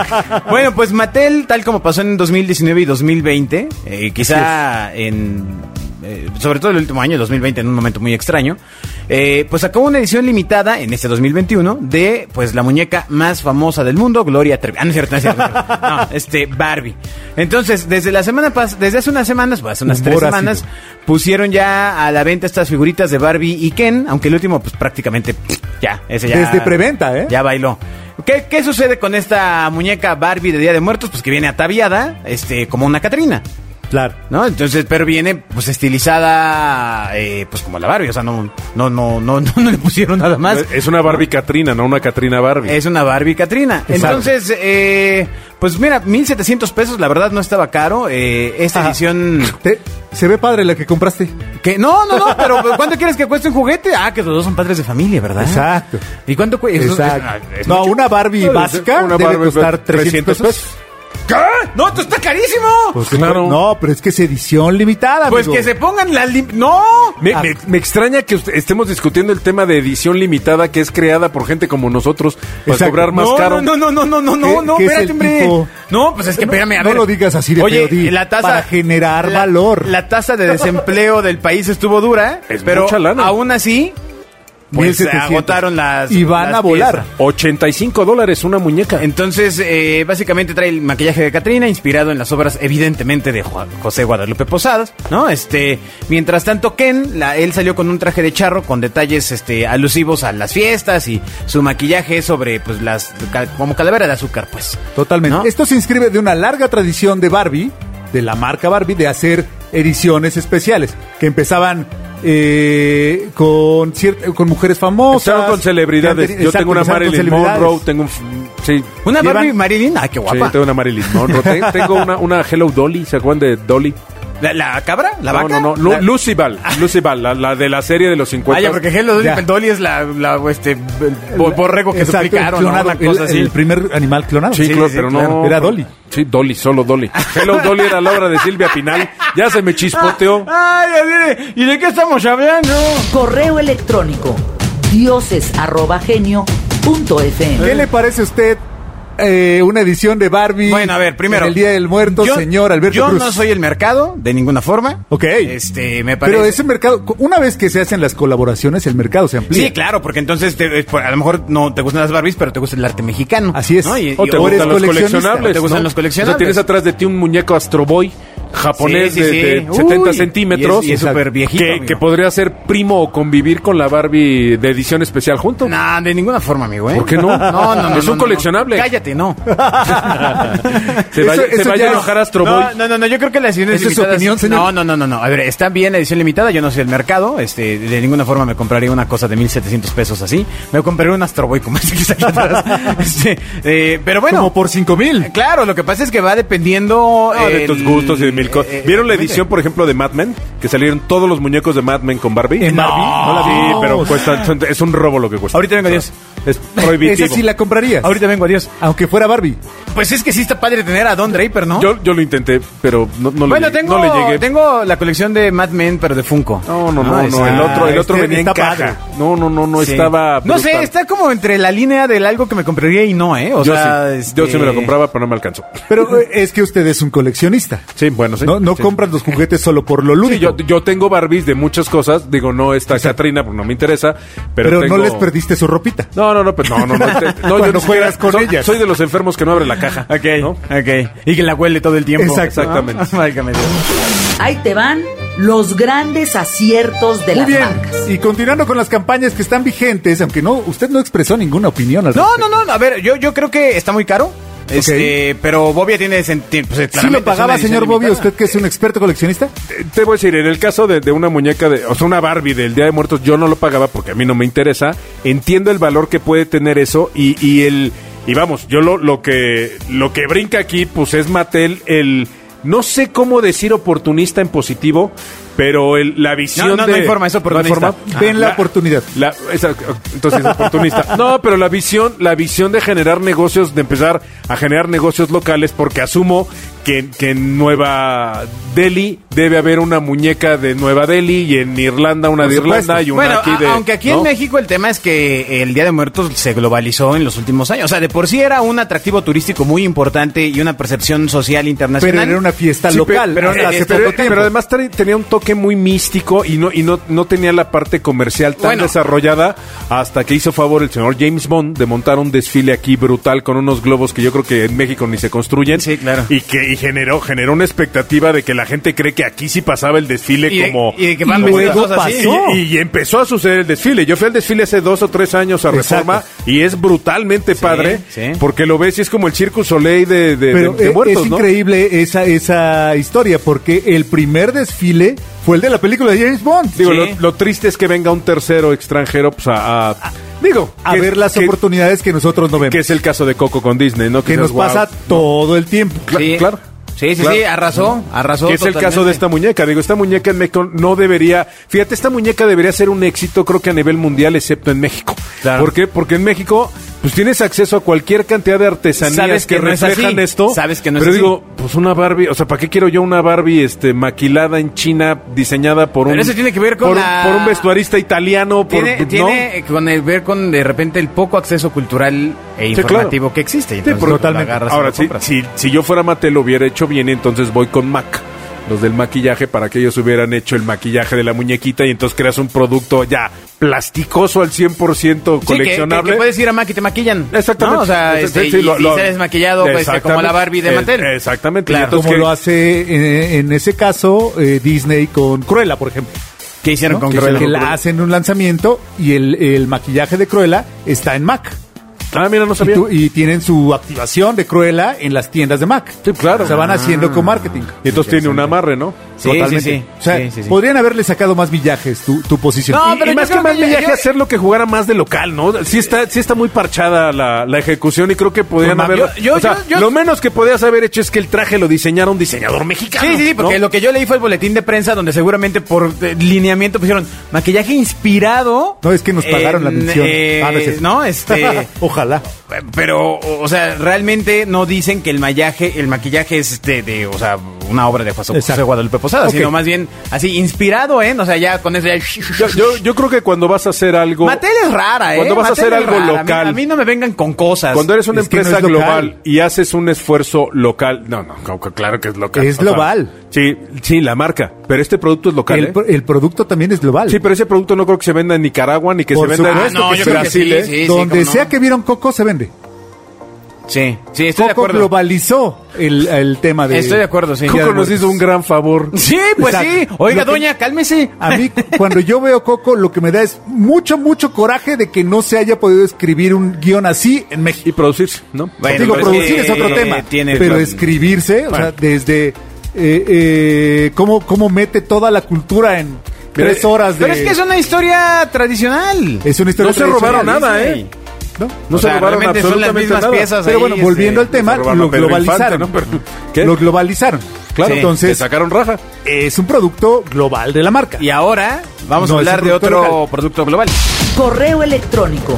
Speaker 2: bueno, pues Mattel, tal como pasó en 2019 y 2020, eh, quizá en. eh, sobre todo el último año, 2020, en un momento muy extraño, eh, pues sacó una edición limitada en este 2021 de pues la muñeca más famosa del mundo, Gloria Trevi. Ah, no es cierto, no es cierto. no es cierto. No, este Barbie. Entonces, desde la semana pas desde hace unas semanas, pues, hace unas
Speaker 3: Humor
Speaker 2: tres
Speaker 3: ácido.
Speaker 2: semanas, pusieron ya a la venta estas figuritas de Barbie y Ken, aunque el último pues prácticamente pff, ya, ese ya
Speaker 3: Desde preventa, ¿eh?
Speaker 2: Ya bailó. ¿Qué, qué sucede con esta muñeca Barbie de Día de Muertos? Pues que viene ataviada, este, como una Catrina.
Speaker 3: Claro.
Speaker 2: ¿No? Entonces, pero viene pues estilizada eh, pues como la Barbie, o sea, no no no no no, no le pusieron nada más.
Speaker 3: Eh,
Speaker 4: Es una Barbie Catrina, no una Catrina Barbie.
Speaker 2: Es una Barbie Catrina. Entonces, eh, pues mira, 1700 pesos, la verdad no estaba caro. eh, esta
Speaker 3: Ajá.
Speaker 2: edición
Speaker 3: Te- se ve padre la que compraste.
Speaker 2: que no, no, no, pero ¿cuánto quieres que cueste un juguete? Ah, que los dos son padres de familia, ¿verdad?
Speaker 3: Exacto.
Speaker 2: ¿Y cuánto cuesta?
Speaker 3: Exacto. no, una Barbie básica
Speaker 4: Ah, Una
Speaker 3: debe
Speaker 4: Barbie
Speaker 3: costar 300
Speaker 4: 300
Speaker 3: pesos.
Speaker 2: ¿Qué? No, esto está carísimo.
Speaker 3: Pues
Speaker 4: claro.
Speaker 3: No, pero es que es edición limitada,
Speaker 2: Pues
Speaker 3: amigo.
Speaker 2: que se pongan las lim- ¡No!
Speaker 4: Me,
Speaker 2: Ah,
Speaker 4: me- me extraña que usted- estemos discutiendo el tema de edición limitada que es creada por gente como nosotros para
Speaker 3: Exacto.
Speaker 4: cobrar más
Speaker 2: no,
Speaker 4: caro.
Speaker 2: No, no, no, no, no,
Speaker 3: ¿Qué-
Speaker 2: no, no,
Speaker 3: qué es
Speaker 2: espérate,
Speaker 3: el
Speaker 2: hombre.
Speaker 3: tipo?
Speaker 2: No, pues es que espérame, a
Speaker 3: No
Speaker 2: ver.
Speaker 3: lo digas así de
Speaker 2: Oye,
Speaker 3: feo, di,
Speaker 2: la tasa
Speaker 3: para generar
Speaker 2: la-
Speaker 3: valor.
Speaker 2: La tasa de desempleo del país estuvo dura, ¿eh?
Speaker 4: Es
Speaker 2: pero
Speaker 4: mucha lana.
Speaker 2: aún así pues,
Speaker 3: 1700.
Speaker 2: agotaron las
Speaker 3: Y van
Speaker 2: las
Speaker 3: a volar.
Speaker 2: piezas.
Speaker 4: 85 dólares una muñeca.
Speaker 2: Entonces, eh, básicamente trae el maquillaje de Catrina, inspirado en las obras, evidentemente, de Juan- José Guadalupe Posadas, ¿no? Este, mientras tanto, Ken, la- él salió con un traje de charro con detalles este, alusivos a las fiestas y su maquillaje es sobre, pues, las. ca- como calavera de azúcar, pues.
Speaker 3: Totalmente.
Speaker 2: ¿No?
Speaker 3: Esto se inscribe de una larga tradición de Barbie, de la marca Barbie, de hacer ediciones especiales, que empezaban eh, con, cier- con mujeres famosas.
Speaker 4: Empezaron con celebridades.
Speaker 3: que han teni-
Speaker 4: Yo
Speaker 3: exacto,
Speaker 4: tengo una
Speaker 3: empezaron con
Speaker 4: Marilyn
Speaker 3: celebridades.
Speaker 4: Monroe, tengo un... f- Sí.
Speaker 2: Una
Speaker 3: Llevan-
Speaker 2: Barbie Marilyn, ah, qué
Speaker 4: Sí,
Speaker 2: guapa.
Speaker 4: tengo una Marilyn Monroe.
Speaker 2: (laughs)
Speaker 4: Te- Tengo una, una Hello Dolly, ¿se acuerdan de Dolly?
Speaker 2: ¿La, la cabra? ¿La
Speaker 4: no,
Speaker 2: vaca?
Speaker 4: no, no, Lu-
Speaker 2: La-
Speaker 4: Lucy Ball, Lucy Ball, la, la de la serie de los 50.
Speaker 2: Ah, ya, porque Hello Dolly
Speaker 3: Ya.
Speaker 2: Dolly es la, la, este, el bo- borrego que
Speaker 3: Exacto,
Speaker 2: suplicaron, ¿no?
Speaker 3: clonado,
Speaker 2: Una cosa
Speaker 3: el,
Speaker 2: así.
Speaker 3: el primer animal clonado.
Speaker 4: Sí,
Speaker 2: Sí,
Speaker 4: claro,
Speaker 2: sí,
Speaker 4: pero
Speaker 3: claro.
Speaker 4: no.
Speaker 3: Era Dolly.
Speaker 4: Sí, Dolly, solo Dolly. Hello Dolly era la obra de Silvia Pinal. Ya se me chispoteó.
Speaker 2: Ay, ay, ay, ¿y de qué estamos hablando?
Speaker 1: Correo electrónico dioses@genio.fm.
Speaker 3: ¿Qué le parece a usted eh, una edición de Barbie?
Speaker 2: Bueno, a ver, primero.
Speaker 3: en el Día del Muerto,
Speaker 2: yo-
Speaker 3: señor Alberto
Speaker 2: Yo
Speaker 3: Cruz.
Speaker 2: no soy el mercado, de ninguna forma.
Speaker 3: Ok.
Speaker 2: Este, me parece.
Speaker 3: Pero ese mercado, una vez que se hacen las colaboraciones, el mercado se amplía.
Speaker 2: Sí, claro, porque entonces te- eh, a lo mejor no te gustan las Barbies, pero te gusta el arte mexicano.
Speaker 3: Así es.
Speaker 2: ¿no? Y- y-
Speaker 4: O te
Speaker 3: o eres
Speaker 4: gustan los
Speaker 3: coleccionista,
Speaker 4: coleccionables.
Speaker 2: o te gustan
Speaker 4: ¿no?
Speaker 2: los coleccionables.
Speaker 4: O sea, tienes atrás de ti un muñeco Astro Boy japonés
Speaker 2: Sí, sí,
Speaker 4: de,
Speaker 2: sí.
Speaker 4: de
Speaker 2: Uy,
Speaker 4: 70
Speaker 2: y
Speaker 4: centímetros.
Speaker 2: es- y es súper viejito,
Speaker 4: Que,
Speaker 2: amigo.
Speaker 4: que podría ser primo o convivir con la Barbie de edición especial junto.
Speaker 2: Nah, de ninguna forma, amigo, ¿eh?
Speaker 4: ¿Por qué no?
Speaker 2: No, (laughs) no, no.
Speaker 4: Es
Speaker 2: no,
Speaker 4: un
Speaker 2: no.
Speaker 4: coleccionable.
Speaker 2: Cállate, no.
Speaker 4: Se
Speaker 3: Eso-
Speaker 4: vaya, se
Speaker 3: eso
Speaker 4: vaya
Speaker 3: ya
Speaker 4: a
Speaker 3: es-
Speaker 4: enojar Astro Boy.
Speaker 2: No, no, no, no, yo creo que las ediciones
Speaker 3: ¿Esa es su
Speaker 2: limitadas-
Speaker 3: opinión, señor?
Speaker 2: No, no, no, no, no. A ver, está bien la edición limitada, yo no soy el mercado, este, de ninguna forma me compraría una cosa de 1700 pesos así. Me compraría un Astro Boy como ese que está aquí atrás.
Speaker 4: (laughs)
Speaker 2: Este, eh, pero bueno.
Speaker 3: Como por 5 mil.
Speaker 2: Claro, lo que pasa es que va dependiendo
Speaker 4: Ah, de
Speaker 2: el-
Speaker 4: tus gustos y de mil cosas.
Speaker 2: eh, eh,
Speaker 4: ¿Vieron la
Speaker 2: exactamente.
Speaker 4: edición, por ejemplo, de Mad Men? Que salieron todos los muñecos de Mad Men con
Speaker 2: eh,
Speaker 4: Barbie.
Speaker 3: ¿En Barbie? No.
Speaker 4: la vi. Sí, pero cuesta, son- es un robo lo que cuesta.
Speaker 2: Ahorita vengo, adiós.
Speaker 4: Es prohibitivo.
Speaker 3: Esa sí la comprarías.
Speaker 2: Ahorita vengo, adiós.
Speaker 3: Aunque fuera Barbie.
Speaker 2: Pues es que sí está padre tener a Don Draper, ¿no?
Speaker 4: yo, yo lo intenté, pero no, no,
Speaker 2: bueno,
Speaker 4: le, llegué-
Speaker 2: tengo,
Speaker 4: no le llegué.
Speaker 2: tengo la colección de Mad Men, pero de Funko.
Speaker 4: No, no, no,
Speaker 2: Ah,
Speaker 4: no, el
Speaker 2: esa-
Speaker 4: otro, el otro
Speaker 3: este
Speaker 4: venía en
Speaker 3: está
Speaker 4: caja.
Speaker 3: padre.
Speaker 4: No, no, no, no
Speaker 2: Sí.
Speaker 4: estaba.
Speaker 2: No sé,
Speaker 4: brutal.
Speaker 2: está como entre la línea del algo que me compraría y no, ¿eh? O
Speaker 4: yo,
Speaker 2: sea,
Speaker 4: sí,
Speaker 2: este-
Speaker 4: yo sí me lo compraba, pero no me alcanzó.
Speaker 3: Pero eh, es que usted es un coleccionista.
Speaker 4: Sí, bueno, sí.
Speaker 3: no no
Speaker 4: sí.
Speaker 3: compras los juguetes solo por lo lúdico.
Speaker 4: Sí, yo, yo tengo Barbies de muchas cosas. Digo, no esta Catrina porque no me interesa. Pero,
Speaker 3: pero
Speaker 4: tengo-
Speaker 3: no les perdiste su ropita.
Speaker 4: No, no, no, pues, no, no, no. te- no, yo
Speaker 3: Cuando
Speaker 4: ni siquiera-
Speaker 3: juegas con
Speaker 4: soy,
Speaker 3: ellas.
Speaker 4: Soy de los enfermos que no abre la caja.
Speaker 2: Ok,
Speaker 4: ¿no?
Speaker 2: ok. Y que la huele todo el tiempo. Ah,
Speaker 3: Exacto.
Speaker 4: Exactamente.
Speaker 2: Válgame Dios.
Speaker 1: Ahí te van los grandes aciertos de
Speaker 3: Muy
Speaker 1: las
Speaker 3: bien.
Speaker 1: marcas.
Speaker 3: Y continuando con las campañas que están vigentes, aunque no usted no expresó ninguna opinión al
Speaker 2: No,
Speaker 3: respecto.
Speaker 2: no, no. A ver, yo, yo creo que está muy caro. Este, pero Bobia tiene sentido. Pues,
Speaker 3: ¿Sí
Speaker 2: claramente
Speaker 3: lo
Speaker 2: es una
Speaker 3: pagaba,
Speaker 2: edición
Speaker 3: señor Bobby,
Speaker 2: limitada.
Speaker 3: usted que es un experto coleccionista?
Speaker 4: Eh, Te voy a decir, en el caso de, de una muñeca, de, o sea, una Barbie del Día de Muertos, yo no lo pagaba porque a mí no me interesa. Entiendo el valor que puede tener eso y, y el. Y vamos, yo lo, lo que lo que brinca aquí, pues es Mattel, el. No sé cómo decir oportunista en positivo, pero el- la visión.
Speaker 2: No, no, no
Speaker 4: de,
Speaker 2: hay forma, es oportunista.
Speaker 4: forma.
Speaker 2: Ah,
Speaker 3: Ven la oportunidad.
Speaker 4: La- esa- entonces
Speaker 2: (laughs)
Speaker 4: es oportunista. No, pero la visión, la visión de generar negocios, de empezar a generar negocios locales, porque asumo que, que en Nueva Delhi debe haber una muñeca de Nueva Delhi y en Irlanda una
Speaker 3: Por
Speaker 4: de
Speaker 3: supuesto.
Speaker 4: Irlanda y una
Speaker 2: Bueno,
Speaker 4: aquí
Speaker 2: a-
Speaker 4: de...
Speaker 2: aunque aquí en
Speaker 4: ¿no?
Speaker 2: México el tema es que el Día de Muertos se globalizó en los últimos años. O sea, de por sí era un atractivo turístico muy importante y una percepción social internacional.
Speaker 3: Pero era una fiesta
Speaker 4: Sí,
Speaker 3: local.
Speaker 4: Pero,
Speaker 3: hasta
Speaker 4: pero-
Speaker 3: hace
Speaker 4: pero-
Speaker 3: poco tiempo.
Speaker 4: pero además tra- tenía un toque muy místico y no, y no, no tenía la parte comercial tan
Speaker 2: Bueno.
Speaker 4: desarrollada hasta que hizo favor el señor James Bond de montar un desfile aquí brutal con unos globos que yo creo que en México ni se construyen.
Speaker 2: Sí, claro.
Speaker 4: Y que y generó, generó una expectativa de que la gente cree que aquí sí pasaba el desfile
Speaker 2: Y de-
Speaker 4: como.
Speaker 2: y de que van
Speaker 4: luego
Speaker 2: vestidos así.
Speaker 4: pasó. Y, y empezó a suceder el desfile. Yo fui al desfile hace dos o tres años a
Speaker 3: Exacto.
Speaker 4: Reforma y es brutalmente padre
Speaker 2: sí.
Speaker 4: porque lo ves y es como el Circus Soleil de, de-
Speaker 3: Pero
Speaker 4: de- de
Speaker 3: e-
Speaker 4: muertos,
Speaker 3: es
Speaker 4: ¿no?
Speaker 3: increíble esa, esa historia, porque el primer desfile fue el de la película de James Bond.
Speaker 4: Digo,
Speaker 2: Sí.
Speaker 4: lo, lo triste es que venga un tercero extranjero pues, a, a- digo,
Speaker 3: a
Speaker 4: que-
Speaker 3: ver las
Speaker 4: que-
Speaker 3: oportunidades que nosotros no vemos.
Speaker 4: Que
Speaker 3: Que,
Speaker 4: es el caso de Coco con Disney, ¿no? dices,
Speaker 3: nos
Speaker 4: "Wow".
Speaker 3: pasa todo el tiempo.
Speaker 2: Sí.
Speaker 4: claro.
Speaker 2: Sí, sí,
Speaker 4: Claro.
Speaker 2: sí, arrasó, arrasó.
Speaker 4: Que es el caso de
Speaker 2: totalmente.
Speaker 4: esta muñeca. Digo, esta muñeca en México no debería. Fíjate, esta muñeca debería ser un éxito, creo que a nivel mundial, excepto en México.
Speaker 2: Claro.
Speaker 4: ¿Por qué? Porque en México, pues tienes acceso a cualquier cantidad de artesanías
Speaker 2: Sabes
Speaker 4: que,
Speaker 2: que no es
Speaker 4: reflejan
Speaker 2: así.
Speaker 4: esto.
Speaker 2: Sabes que no es
Speaker 4: Pero
Speaker 2: así.
Speaker 4: digo, pues una Barbie, o sea, ¿para qué quiero yo una Barbie este, maquilada en China, diseñada por
Speaker 2: Pero
Speaker 4: un.
Speaker 2: eso tiene que ver con
Speaker 4: por,
Speaker 2: la-
Speaker 4: por un vestuarista italiano, por.
Speaker 2: Tiene,
Speaker 4: ¿no?
Speaker 2: tiene con el ver con de repente el poco acceso cultural e
Speaker 4: Sí, claro.
Speaker 2: informativo que existe. Entonces, pues,
Speaker 4: porque-
Speaker 2: lo agarras y
Speaker 4: Ahora,
Speaker 2: lo
Speaker 4: sí,
Speaker 2: compras.
Speaker 4: si, si yo fuera Mate, lo hubiera hecho bien, entonces voy con Mac. Los del maquillaje, para que ellos hubieran hecho el maquillaje de la muñequita y entonces creas un producto ya plasticoso al 100%
Speaker 2: Sí, que- que-
Speaker 4: coleccionable.
Speaker 2: que, puedes ir a Mac y te maquillan.
Speaker 4: Exactamente.
Speaker 2: ¿no? O sea, este,
Speaker 4: Exactamente, sí,
Speaker 2: y,
Speaker 4: lo-
Speaker 2: y
Speaker 4: lo-
Speaker 2: sales maquillado, pues, este, como la Barbie de
Speaker 4: Es-
Speaker 2: Mattel.
Speaker 4: exactamente.
Speaker 2: Claro.
Speaker 4: Y entonces,
Speaker 3: como
Speaker 4: ¿qué-
Speaker 3: lo hace eh, en, ese caso eh, Disney con Cruella, por ejemplo.
Speaker 2: ¿Qué hicieron
Speaker 3: ¿no?
Speaker 2: con
Speaker 3: que
Speaker 2: Cruella?
Speaker 3: que la hacen un lanzamiento y el, el maquillaje de Cruella está en Mac.
Speaker 4: Ah, mira, no
Speaker 3: Y,
Speaker 4: sabía.
Speaker 3: tú- y tienen su activación de Cruella en las tiendas de Mac.
Speaker 4: Sí, claro. Ah.
Speaker 3: O sea, van haciendo con marketing.
Speaker 4: Y entonces tiene un amarre, ¿no?
Speaker 2: Sí,
Speaker 3: Totalmente.
Speaker 2: sí, sí.
Speaker 3: O sea,
Speaker 2: Sí, sí, sí.
Speaker 3: podrían haberle sacado más villajes tu, tu posición.
Speaker 2: No,
Speaker 4: y,
Speaker 2: pero
Speaker 4: y
Speaker 2: yo
Speaker 4: más que
Speaker 2: creo
Speaker 4: más
Speaker 2: que yo-
Speaker 4: viaje
Speaker 2: yo-
Speaker 4: hacer lo que jugara más de local, ¿no? Sí está, sí está muy parchada la, la ejecución y creo que podían
Speaker 2: Pues,
Speaker 4: haber...
Speaker 2: yo- yo-
Speaker 4: o sea,
Speaker 2: yo- yo-
Speaker 4: lo menos que podías haber hecho es que el traje lo diseñara un diseñador mexicano.
Speaker 2: Sí, sí, sí, porque
Speaker 4: ¿no?
Speaker 2: lo que yo leí fue el boletín de prensa donde seguramente por eh, lineamiento pusieron maquillaje inspirado.
Speaker 3: No, es que nos pagaron la
Speaker 2: en,
Speaker 3: mención.
Speaker 2: eh,
Speaker 3: Ah, no es cierto.
Speaker 2: no,
Speaker 4: (laughs)
Speaker 2: este.
Speaker 3: (laughs) Ojalá.
Speaker 2: Pero, o o sea, realmente no dicen que el maquillaje, el maquillaje es este de, o sea, una obra de José, José
Speaker 3: Exacto.
Speaker 2: Guadalupe Posada,
Speaker 3: Ok.
Speaker 2: sino más bien así, inspirado, ¿eh? O sea, ya con eso ya... (laughs)
Speaker 4: Yo, yo- yo creo que cuando vas a hacer algo...
Speaker 2: Mattel es rara, ¿eh?
Speaker 4: Cuando vas a
Speaker 2: Mattel
Speaker 4: hacer
Speaker 2: es
Speaker 4: algo
Speaker 2: rara. A mí-
Speaker 4: local.
Speaker 2: A mí, no me vengan con cosas.
Speaker 4: Cuando eres una
Speaker 3: Es que no
Speaker 4: empresa
Speaker 3: es local.
Speaker 4: global y haces un esfuerzo local, no, no, co- co- claro que es local.
Speaker 3: Es
Speaker 4: O sea,
Speaker 3: global.
Speaker 4: sí, sí, la marca, pero este producto es local.
Speaker 3: El,
Speaker 4: ¿eh?
Speaker 3: pro- el producto también es global.
Speaker 4: Sí, pero ese producto no creo que se venda en Nicaragua ni que
Speaker 3: Por
Speaker 4: se venda
Speaker 3: supuesto
Speaker 4: en
Speaker 2: Ah, no,
Speaker 4: en
Speaker 2: yo creo que
Speaker 4: Brasil.
Speaker 2: sí,
Speaker 4: ¿eh?
Speaker 2: sí.
Speaker 3: Donde
Speaker 2: cómo no.
Speaker 3: sea que vieron Coco se vende.
Speaker 2: Sí, sí, estoy de
Speaker 3: Coco
Speaker 2: acuerdo.
Speaker 3: globalizó el, el tema de.
Speaker 2: Estoy de acuerdo, sí.
Speaker 3: Día
Speaker 4: Coco
Speaker 3: de
Speaker 4: nos
Speaker 3: Muertos.
Speaker 4: hizo un gran favor.
Speaker 2: Sí, pues sí.
Speaker 3: Exacto.
Speaker 2: Oiga,
Speaker 3: Lo que-
Speaker 2: doña, cálmese.
Speaker 3: A mí, cuando yo veo Coco, lo que me da es mucho, mucho coraje de que no se haya podido escribir un guión así en México.
Speaker 4: Y producirse, ¿no?
Speaker 2: Bueno,
Speaker 3: Digo,
Speaker 2: pero es
Speaker 3: producir
Speaker 2: que,
Speaker 3: es otro
Speaker 2: eh,
Speaker 3: tema.
Speaker 2: tiene-
Speaker 3: pero escribirse, o sea, desde eh, eh, cómo, cómo mete toda la cultura en tres horas de.
Speaker 2: Pero es que es una historia tradicional.
Speaker 3: es una historia
Speaker 4: No se robaron
Speaker 3: tradicional.
Speaker 4: nada, ¿eh?
Speaker 2: Disney.
Speaker 3: ¿No?
Speaker 4: No
Speaker 2: O
Speaker 4: se
Speaker 2: sea,
Speaker 4: robaron
Speaker 2: realmente son las
Speaker 4: absolutamente
Speaker 2: mismas
Speaker 4: nada.
Speaker 2: piezas
Speaker 4: Pero
Speaker 2: ahí,
Speaker 4: bueno,
Speaker 3: Bueno, volviendo
Speaker 2: este,
Speaker 3: al tema,
Speaker 4: se robaron
Speaker 3: lo
Speaker 4: a Pedro
Speaker 3: globalizaron.
Speaker 4: Infante, ¿no? Pero, ¿qué?
Speaker 3: Lo globalizaron. Claro,
Speaker 2: Sí.
Speaker 4: le
Speaker 3: entonces
Speaker 4: sacaron raja.
Speaker 3: es un producto global de la marca.
Speaker 2: Y ahora vamos a
Speaker 3: No, es un
Speaker 2: hablar de
Speaker 3: producto
Speaker 2: otro
Speaker 3: local.
Speaker 2: producto global.
Speaker 1: Correo electrónico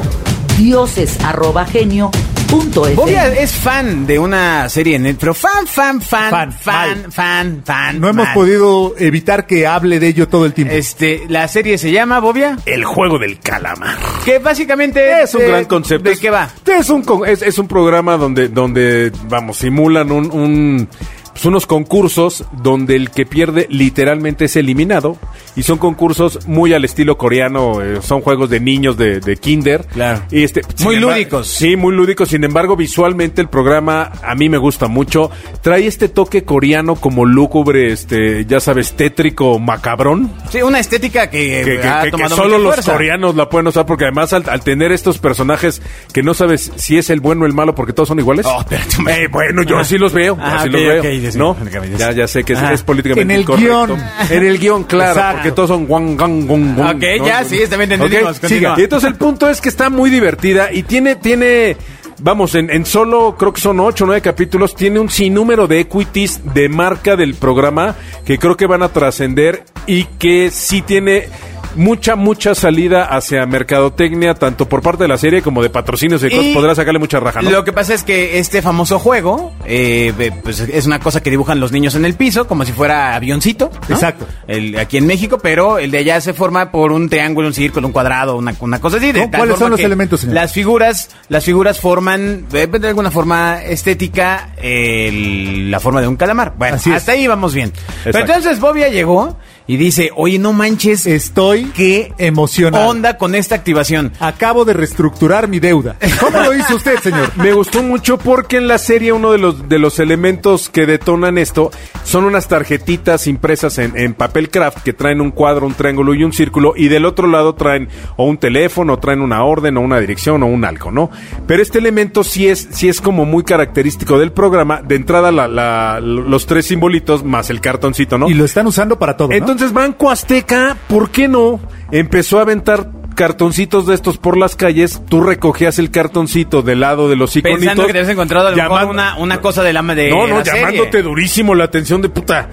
Speaker 1: dioses@genio.fm.
Speaker 2: Bobia es fan de una serie en Netflix, pero fan, fan, fan,
Speaker 3: Fan,
Speaker 2: fan, fan,
Speaker 3: mal.
Speaker 2: fan,
Speaker 3: No hemos
Speaker 2: mal.
Speaker 3: podido evitar que hable de ello todo el tiempo.
Speaker 2: (laughs) Este, la serie se llama Bobia,
Speaker 4: El juego del calamar.
Speaker 2: que básicamente
Speaker 4: Es un
Speaker 2: Eh, de-
Speaker 4: gran concepto.
Speaker 2: ¿De qué va?
Speaker 4: Es un, con- es, es un programa donde, donde vamos, simulan un, un- pues, unos concursos donde el que pierde literalmente es eliminado. Y son concursos muy al estilo coreano, eh, son juegos de niños de, de kinder.
Speaker 2: Claro.
Speaker 4: Y este,
Speaker 2: Muy
Speaker 4: sin embar-
Speaker 2: lúdicos.
Speaker 4: Sí, muy lúdicos. Sin embargo, visualmente el programa a mí me gusta mucho. Trae este toque coreano como lúgubre, este, ya sabes, tétrico, macabrón
Speaker 2: Sí, una estética que,
Speaker 4: que, que-
Speaker 2: ha
Speaker 4: que- que
Speaker 2: tomado
Speaker 4: solo
Speaker 2: mucha
Speaker 4: los
Speaker 2: fuerza.
Speaker 4: coreanos la pueden usar porque además al, al tener estos personajes que no sabes si es el bueno o el malo porque todos son iguales.
Speaker 2: Oh, espérate, me-
Speaker 4: Eh, bueno, yo
Speaker 2: Ah.
Speaker 4: sí los veo, yo
Speaker 2: Ah,
Speaker 4: sí
Speaker 2: ok,
Speaker 4: los veo,
Speaker 2: ok, ya sé.
Speaker 4: ¿no?
Speaker 2: Ok, Ah.
Speaker 4: Ya,
Speaker 2: ya sé.
Speaker 4: ya sé que es,
Speaker 2: Ajá.
Speaker 4: es políticamente
Speaker 3: En el
Speaker 4: incorrecto.
Speaker 3: guión.
Speaker 4: En el guión, claro,
Speaker 3: Exacto.
Speaker 4: porque todos son guan, gan, gun, gun,
Speaker 2: Ok, ya, sí, también entendimos,
Speaker 4: Ok,
Speaker 2: continúa.
Speaker 4: siga. Y entonces el punto es que está muy divertida y tiene, tiene, vamos, en, en solo, creo que son ocho o nueve capítulos, tiene un sinnúmero de equities de marca del programa que creo que van a trascender y que sí tiene mucha, mucha salida hacia mercadotecnia, tanto por parte de la serie como de patrocinios y, cosas.
Speaker 2: Y
Speaker 4: Podrá sacarle mucha raja, ¿no?
Speaker 2: Lo que pasa es que este famoso juego eh, eh, pues es una cosa que dibujan los niños en el piso, como si fuera avioncito. ¿no?
Speaker 3: Exacto.
Speaker 2: El, aquí en México, pero el de allá se forma por un triángulo, un círculo, un cuadrado, una, una cosa así. de
Speaker 3: ¿Cómo?
Speaker 2: tal
Speaker 3: ¿Cuáles
Speaker 2: forma
Speaker 3: son los
Speaker 2: que
Speaker 3: elementos, señor?
Speaker 2: Las figuras, las figuras forman eh, de alguna forma estética el- la forma de un calamar. Bueno,
Speaker 3: Así es.
Speaker 2: hasta ahí vamos bien. Pero
Speaker 4: Exacto.
Speaker 2: entonces Bobia llegó y dice, oye, no manches,
Speaker 3: Estoy
Speaker 2: qué
Speaker 3: emocionado.
Speaker 2: onda con esta activación.
Speaker 3: Acabo de reestructurar mi deuda. ¿Cómo lo hizo usted,
Speaker 2: (laughs)
Speaker 3: señor?
Speaker 4: Me gustó mucho porque en la serie uno de los, de los elementos que detonan esto son unas tarjetitas impresas en, en papel craft que traen un cuadro, un triángulo y un círculo y del otro lado traen o un teléfono, o traen una orden o una dirección o un algo, ¿no? Pero este elemento sí es, sí es como muy característico del programa. De entrada la- la- los tres simbolitos más el cartoncito, ¿no?
Speaker 3: Y lo están usando para todo. ¿no?
Speaker 4: Entonces Banco Azteca, ¿por qué no? Empezó a aventar cartoncitos de estos por las calles, tú recogías el cartoncito del lado de los iconitos.
Speaker 2: Pensando que te habías encontrado a lo mejor
Speaker 4: llamando-
Speaker 2: una, una cosa del ama de
Speaker 4: No, no,
Speaker 2: la serie.
Speaker 4: llamándote durísimo la atención de puta.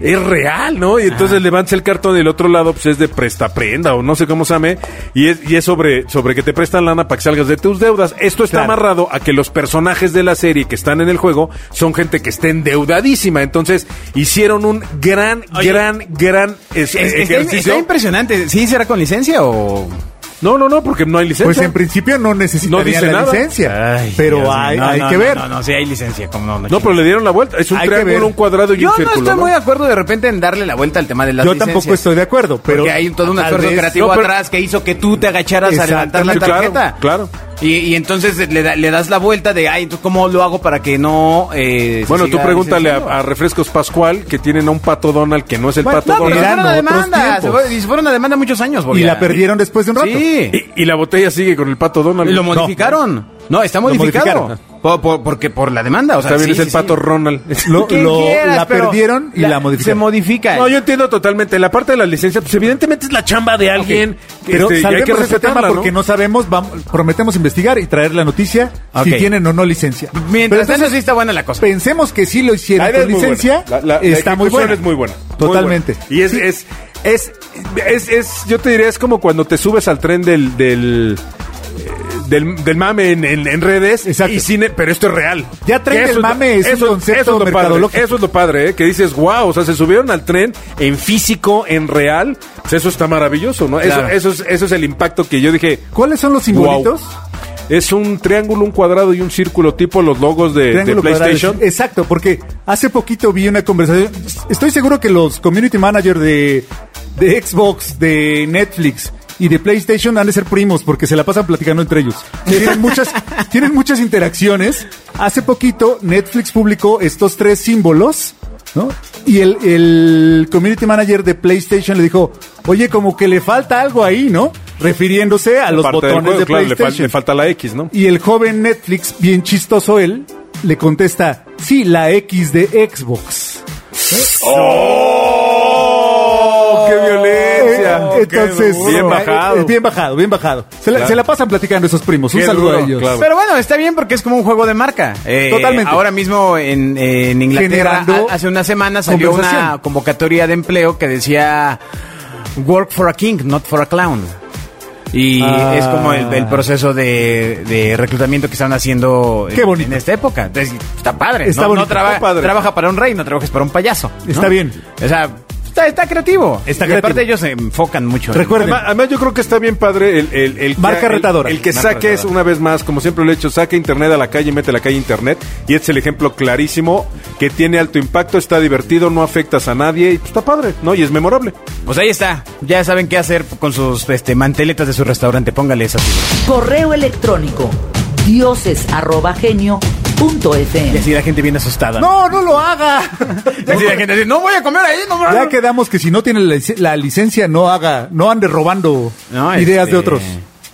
Speaker 4: Es real, ¿no? Y entonces levantas el cartón del otro lado, pues es de prestaprenda o no sé cómo se llame. Y es, y es sobre, sobre que te prestan lana para que salgas de tus deudas. Esto está
Speaker 3: Claro.
Speaker 4: amarrado a que los personajes de la serie que están en el juego son gente que está endeudadísima. Entonces hicieron un gran,
Speaker 2: Oye.
Speaker 4: gran, gran
Speaker 2: Es-
Speaker 4: es-
Speaker 2: está- está,
Speaker 4: ejercicio.
Speaker 2: impresionante. ¿Sí será con licencia o...?
Speaker 4: no, no, no, porque no hay licencia.
Speaker 3: Pues en principio no
Speaker 4: No
Speaker 3: necesitaría
Speaker 4: dice
Speaker 3: la
Speaker 4: nada.
Speaker 3: licencia. pero
Speaker 2: Dios mío,
Speaker 3: hay,
Speaker 2: no,
Speaker 3: hay
Speaker 2: no,
Speaker 3: que
Speaker 2: no,
Speaker 3: ver.
Speaker 2: No, no, sí hay licencia. como no, no,
Speaker 4: no, pero
Speaker 2: chingues.
Speaker 4: le dieron la vuelta. Es un
Speaker 3: Hay que ver.
Speaker 4: triángulo, un cuadrado y
Speaker 2: Yo
Speaker 4: un círculo.
Speaker 2: no estoy
Speaker 4: ¿no?
Speaker 2: muy de acuerdo de repente en darle la vuelta al tema de las
Speaker 3: Yo
Speaker 2: licencias.
Speaker 3: tampoco estoy de acuerdo, pero.
Speaker 2: Porque hay todo un
Speaker 3: tal
Speaker 2: esfuerzo
Speaker 3: vez-
Speaker 2: creativo
Speaker 4: No, pero-
Speaker 2: atrás que hizo que tú te agacharas a levantar la
Speaker 4: Sí, claro,
Speaker 2: tarjeta.
Speaker 4: claro.
Speaker 2: Y, y entonces le, da- le das la vuelta de, ay, entonces, ¿cómo lo hago para que no... eh, se
Speaker 4: Bueno, tú
Speaker 2: siga
Speaker 4: pregúntale a,
Speaker 2: licenciando?
Speaker 4: a Refrescos Pascual que tienen a un pato Donald que no es el
Speaker 2: Bueno,
Speaker 4: pato
Speaker 2: no, pero
Speaker 4: Donald.
Speaker 2: fue
Speaker 3: Eran
Speaker 2: una
Speaker 3: otros
Speaker 2: demanda.
Speaker 3: tiempos.
Speaker 2: se fue- Y se fueron a demanda muchos años,
Speaker 3: Y
Speaker 2: Bobia.
Speaker 3: la perdieron después de un rato.
Speaker 2: Sí.
Speaker 4: Y, y la botella sigue con el pato Donald.
Speaker 2: Lo modificaron. No, está modificado.
Speaker 3: modificaron.
Speaker 2: Por, por- porque por la demanda. O sea,
Speaker 4: También
Speaker 2: sí,
Speaker 4: es el
Speaker 2: sí,
Speaker 4: pato
Speaker 2: sí.
Speaker 4: Ronald. (laughs)
Speaker 3: Lo-
Speaker 2: Quien
Speaker 3: lo-
Speaker 2: quieras,
Speaker 3: la
Speaker 2: pero
Speaker 3: perdieron y la,
Speaker 2: Se
Speaker 3: modificaron.
Speaker 2: modifica.
Speaker 4: No, yo entiendo totalmente. La parte de la licencia, pues evidentemente es la chamba de alguien. que
Speaker 3: Pero
Speaker 4: este, y hay
Speaker 3: salvemos
Speaker 4: que
Speaker 3: ese tema
Speaker 4: respetarla,
Speaker 3: porque
Speaker 4: ¿no?
Speaker 3: ¿no? sabemos, vamos- prometemos investigar y traer la noticia
Speaker 2: Ok.
Speaker 3: si tienen o no licencia. Pero
Speaker 2: Mientras
Speaker 3: entonces,
Speaker 2: tanto, sí está buena la cosa.
Speaker 3: pensemos que sí lo hicieron
Speaker 4: La idea
Speaker 3: con
Speaker 4: es muy
Speaker 3: ¿Ah, licencia,
Speaker 4: buena. La- la- la
Speaker 3: está muy
Speaker 4: ejecución
Speaker 3: buena.
Speaker 4: es muy buena. Muy
Speaker 3: Totalmente.
Speaker 4: buena. Y es,
Speaker 3: Sí.
Speaker 4: es, es, es, es- yo te diría, es como cuando te subes al tren del, del, eh, del, del mame en, en- en redes
Speaker 3: Exacto.
Speaker 4: y cine, pero esto es real.
Speaker 3: Ya tren
Speaker 4: Que
Speaker 3: del
Speaker 4: eso lo-
Speaker 3: mame es un concepto
Speaker 4: eso es lo
Speaker 3: mercadológico.
Speaker 4: Padre, eso es lo padre, ¿eh? que dices, wow, o sea, se subieron al tren en físico, en real, pues eso está maravilloso, ¿no? Eso-
Speaker 2: Claro.
Speaker 4: Eso, es, eso es el impacto que yo dije.
Speaker 3: ¿Cuáles son los simbolitos?
Speaker 4: Wow. Es un triángulo, un cuadrado y un círculo, tipo los logos de, de
Speaker 3: Triángulo cuadrado.
Speaker 4: PlayStation.
Speaker 3: Exacto, porque hace poquito vi una conversación. Estoy seguro que los community manager de, de Xbox, de Netflix y de PlayStation han de ser primos porque se la pasan platicando entre ellos. Tienen muchas,
Speaker 4: (laughs)
Speaker 3: tienen muchas interacciones. Hace poquito Netflix publicó estos tres símbolos. ¿No? Y el, el community manager de PlayStation le dijo, oye, como que le falta algo ahí, ¿no? Refiriéndose a los
Speaker 4: Parte del
Speaker 3: botones
Speaker 4: juego,
Speaker 3: de
Speaker 4: claro, le fal-
Speaker 3: PlayStation.
Speaker 4: le falta la X, ¿no?
Speaker 3: Y el joven Netflix, bien chistoso él, le contesta, sí, la X de Xbox.
Speaker 4: ¡Oh! ¡Qué violencia!
Speaker 3: Eh, Entonces,
Speaker 4: Qué bien
Speaker 3: eh,
Speaker 4: bajado.
Speaker 3: eh, Bien bajado, bien bajado. Se la,
Speaker 4: Claro.
Speaker 3: se la pasan platicando esos primos. Un
Speaker 4: Qué
Speaker 3: saludo
Speaker 4: duro,
Speaker 3: a ellos.
Speaker 4: claro.
Speaker 2: Pero bueno, está bien porque es como un juego de marca. Eh,
Speaker 3: Totalmente.
Speaker 2: Ahora mismo en, en Inglaterra,
Speaker 3: Generando
Speaker 2: ha- hace unas semanas salió
Speaker 3: conversación.
Speaker 2: una convocatoria de empleo que decía Work for a king, not for a clown. Y
Speaker 3: Ah.
Speaker 2: es como el, el proceso de, de reclutamiento que están haciendo en-
Speaker 3: Qué bonito.
Speaker 2: en esta época. Entonces, está padre.
Speaker 3: Está
Speaker 2: no,
Speaker 3: bonito,
Speaker 2: No traba-
Speaker 3: está padre.
Speaker 2: Trabaja para un rey, no trabajes para un payaso. ¿no?
Speaker 3: Está bien.
Speaker 2: O sea, está, está creativo.
Speaker 3: Está
Speaker 2: Y
Speaker 3: creativo.
Speaker 2: aparte ellos se enfocan mucho. en-
Speaker 3: Recuerden,
Speaker 4: Además, además yo creo que está bien padre el, el, el que-
Speaker 3: Marca
Speaker 4: el-
Speaker 3: retadora.
Speaker 4: El, que
Speaker 2: Marca
Speaker 4: saques
Speaker 2: retadora.
Speaker 4: una vez más, como siempre lo he hecho, saca internet a la calle y mete a la calle internet. Y este es el ejemplo clarísimo que tiene alto impacto, está divertido, no afectas a nadie y pues, está padre, ¿no? Y es memorable.
Speaker 2: Pues ahí está. Ya saben qué hacer con sus este, manteletas de su restaurante. Póngale esas.
Speaker 1: Correo electrónico dioses@genio.fm.
Speaker 2: Y así la gente bien asustada.
Speaker 3: No, no lo haga. (laughs)
Speaker 2: Y así la gente dice, no voy a comer ahí, no
Speaker 3: ya quedamos que si no tienen la, lic- la licencia, no haga, no ande robando
Speaker 2: No,
Speaker 3: ideas
Speaker 2: este,
Speaker 3: de otros.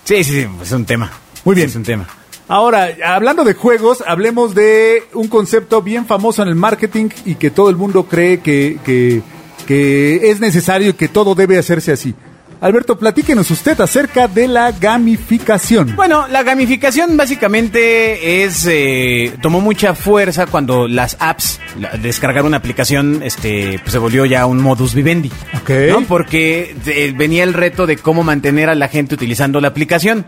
Speaker 2: Sí, sí, sí, es un tema.
Speaker 3: Muy bien.
Speaker 2: Es un tema.
Speaker 3: Ahora, hablando de juegos, hablemos de un concepto bien famoso en el marketing y que todo el mundo cree que, que, que es necesario y que todo debe hacerse así. Alberto, platíquenos usted acerca de la gamificación.
Speaker 2: Bueno, la gamificación básicamente es eh, tomó mucha fuerza cuando las apps la- descargar una aplicación, este, pues, se volvió ya un modus vivendi,
Speaker 3: Ok.
Speaker 2: ¿no? Porque eh, venía el reto de cómo mantener a la gente utilizando la aplicación.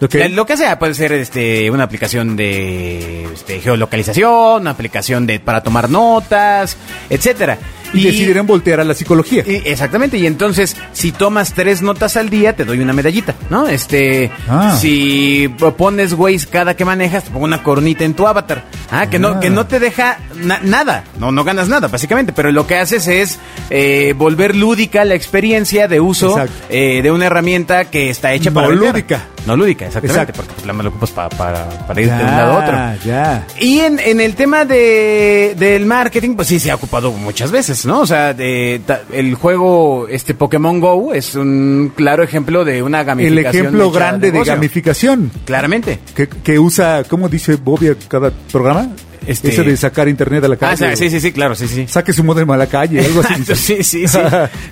Speaker 3: Ok.
Speaker 2: Eh, Lo que sea, puede ser este una aplicación de este, geolocalización, una aplicación de para tomar notas, etcétera.
Speaker 3: y, decidieron voltear a la psicología.
Speaker 2: Y- exactamente, y entonces, si tomas tres notas al día, te doy una medallita, ¿no? Este,
Speaker 3: Ah.
Speaker 2: si pones Waze cada que manejas, te pongo una cornita en tu avatar. Ah, que no,
Speaker 3: Ah.
Speaker 2: que no te deja na- nada, no, no ganas nada, básicamente, pero lo que haces es eh, volver lúdica la experiencia de uso
Speaker 3: Exacto.
Speaker 2: eh, de una herramienta que está hecha
Speaker 3: No
Speaker 2: para vender.
Speaker 3: lúdica.
Speaker 2: No lúdica, exactamente,
Speaker 3: Exacto.
Speaker 2: porque pues, la la ocupas pa- para, para ir de un lado a otro.
Speaker 3: ya.
Speaker 2: Y en, en el tema de, del marketing, pues sí, se ha ocupado muchas veces, ¿no? O sea, de- ta- el juego este Pokémon Go es un claro ejemplo de una
Speaker 3: El
Speaker 2: gamificación.
Speaker 3: ejemplo
Speaker 2: hecha
Speaker 3: grande de
Speaker 2: negocio.
Speaker 3: gamificación.
Speaker 2: Claramente.
Speaker 3: Que, que usa, ¿cómo dice Bobby a cada programa?
Speaker 2: Este-
Speaker 3: Ese de sacar internet a la
Speaker 2: Ah,
Speaker 3: calle.
Speaker 2: sí, sí, sí, claro, sí, sí.
Speaker 3: Saque su modem a la calle, (laughs)
Speaker 2: (laughs)
Speaker 3: algo así.
Speaker 2: Exacto, sí, sí, sí.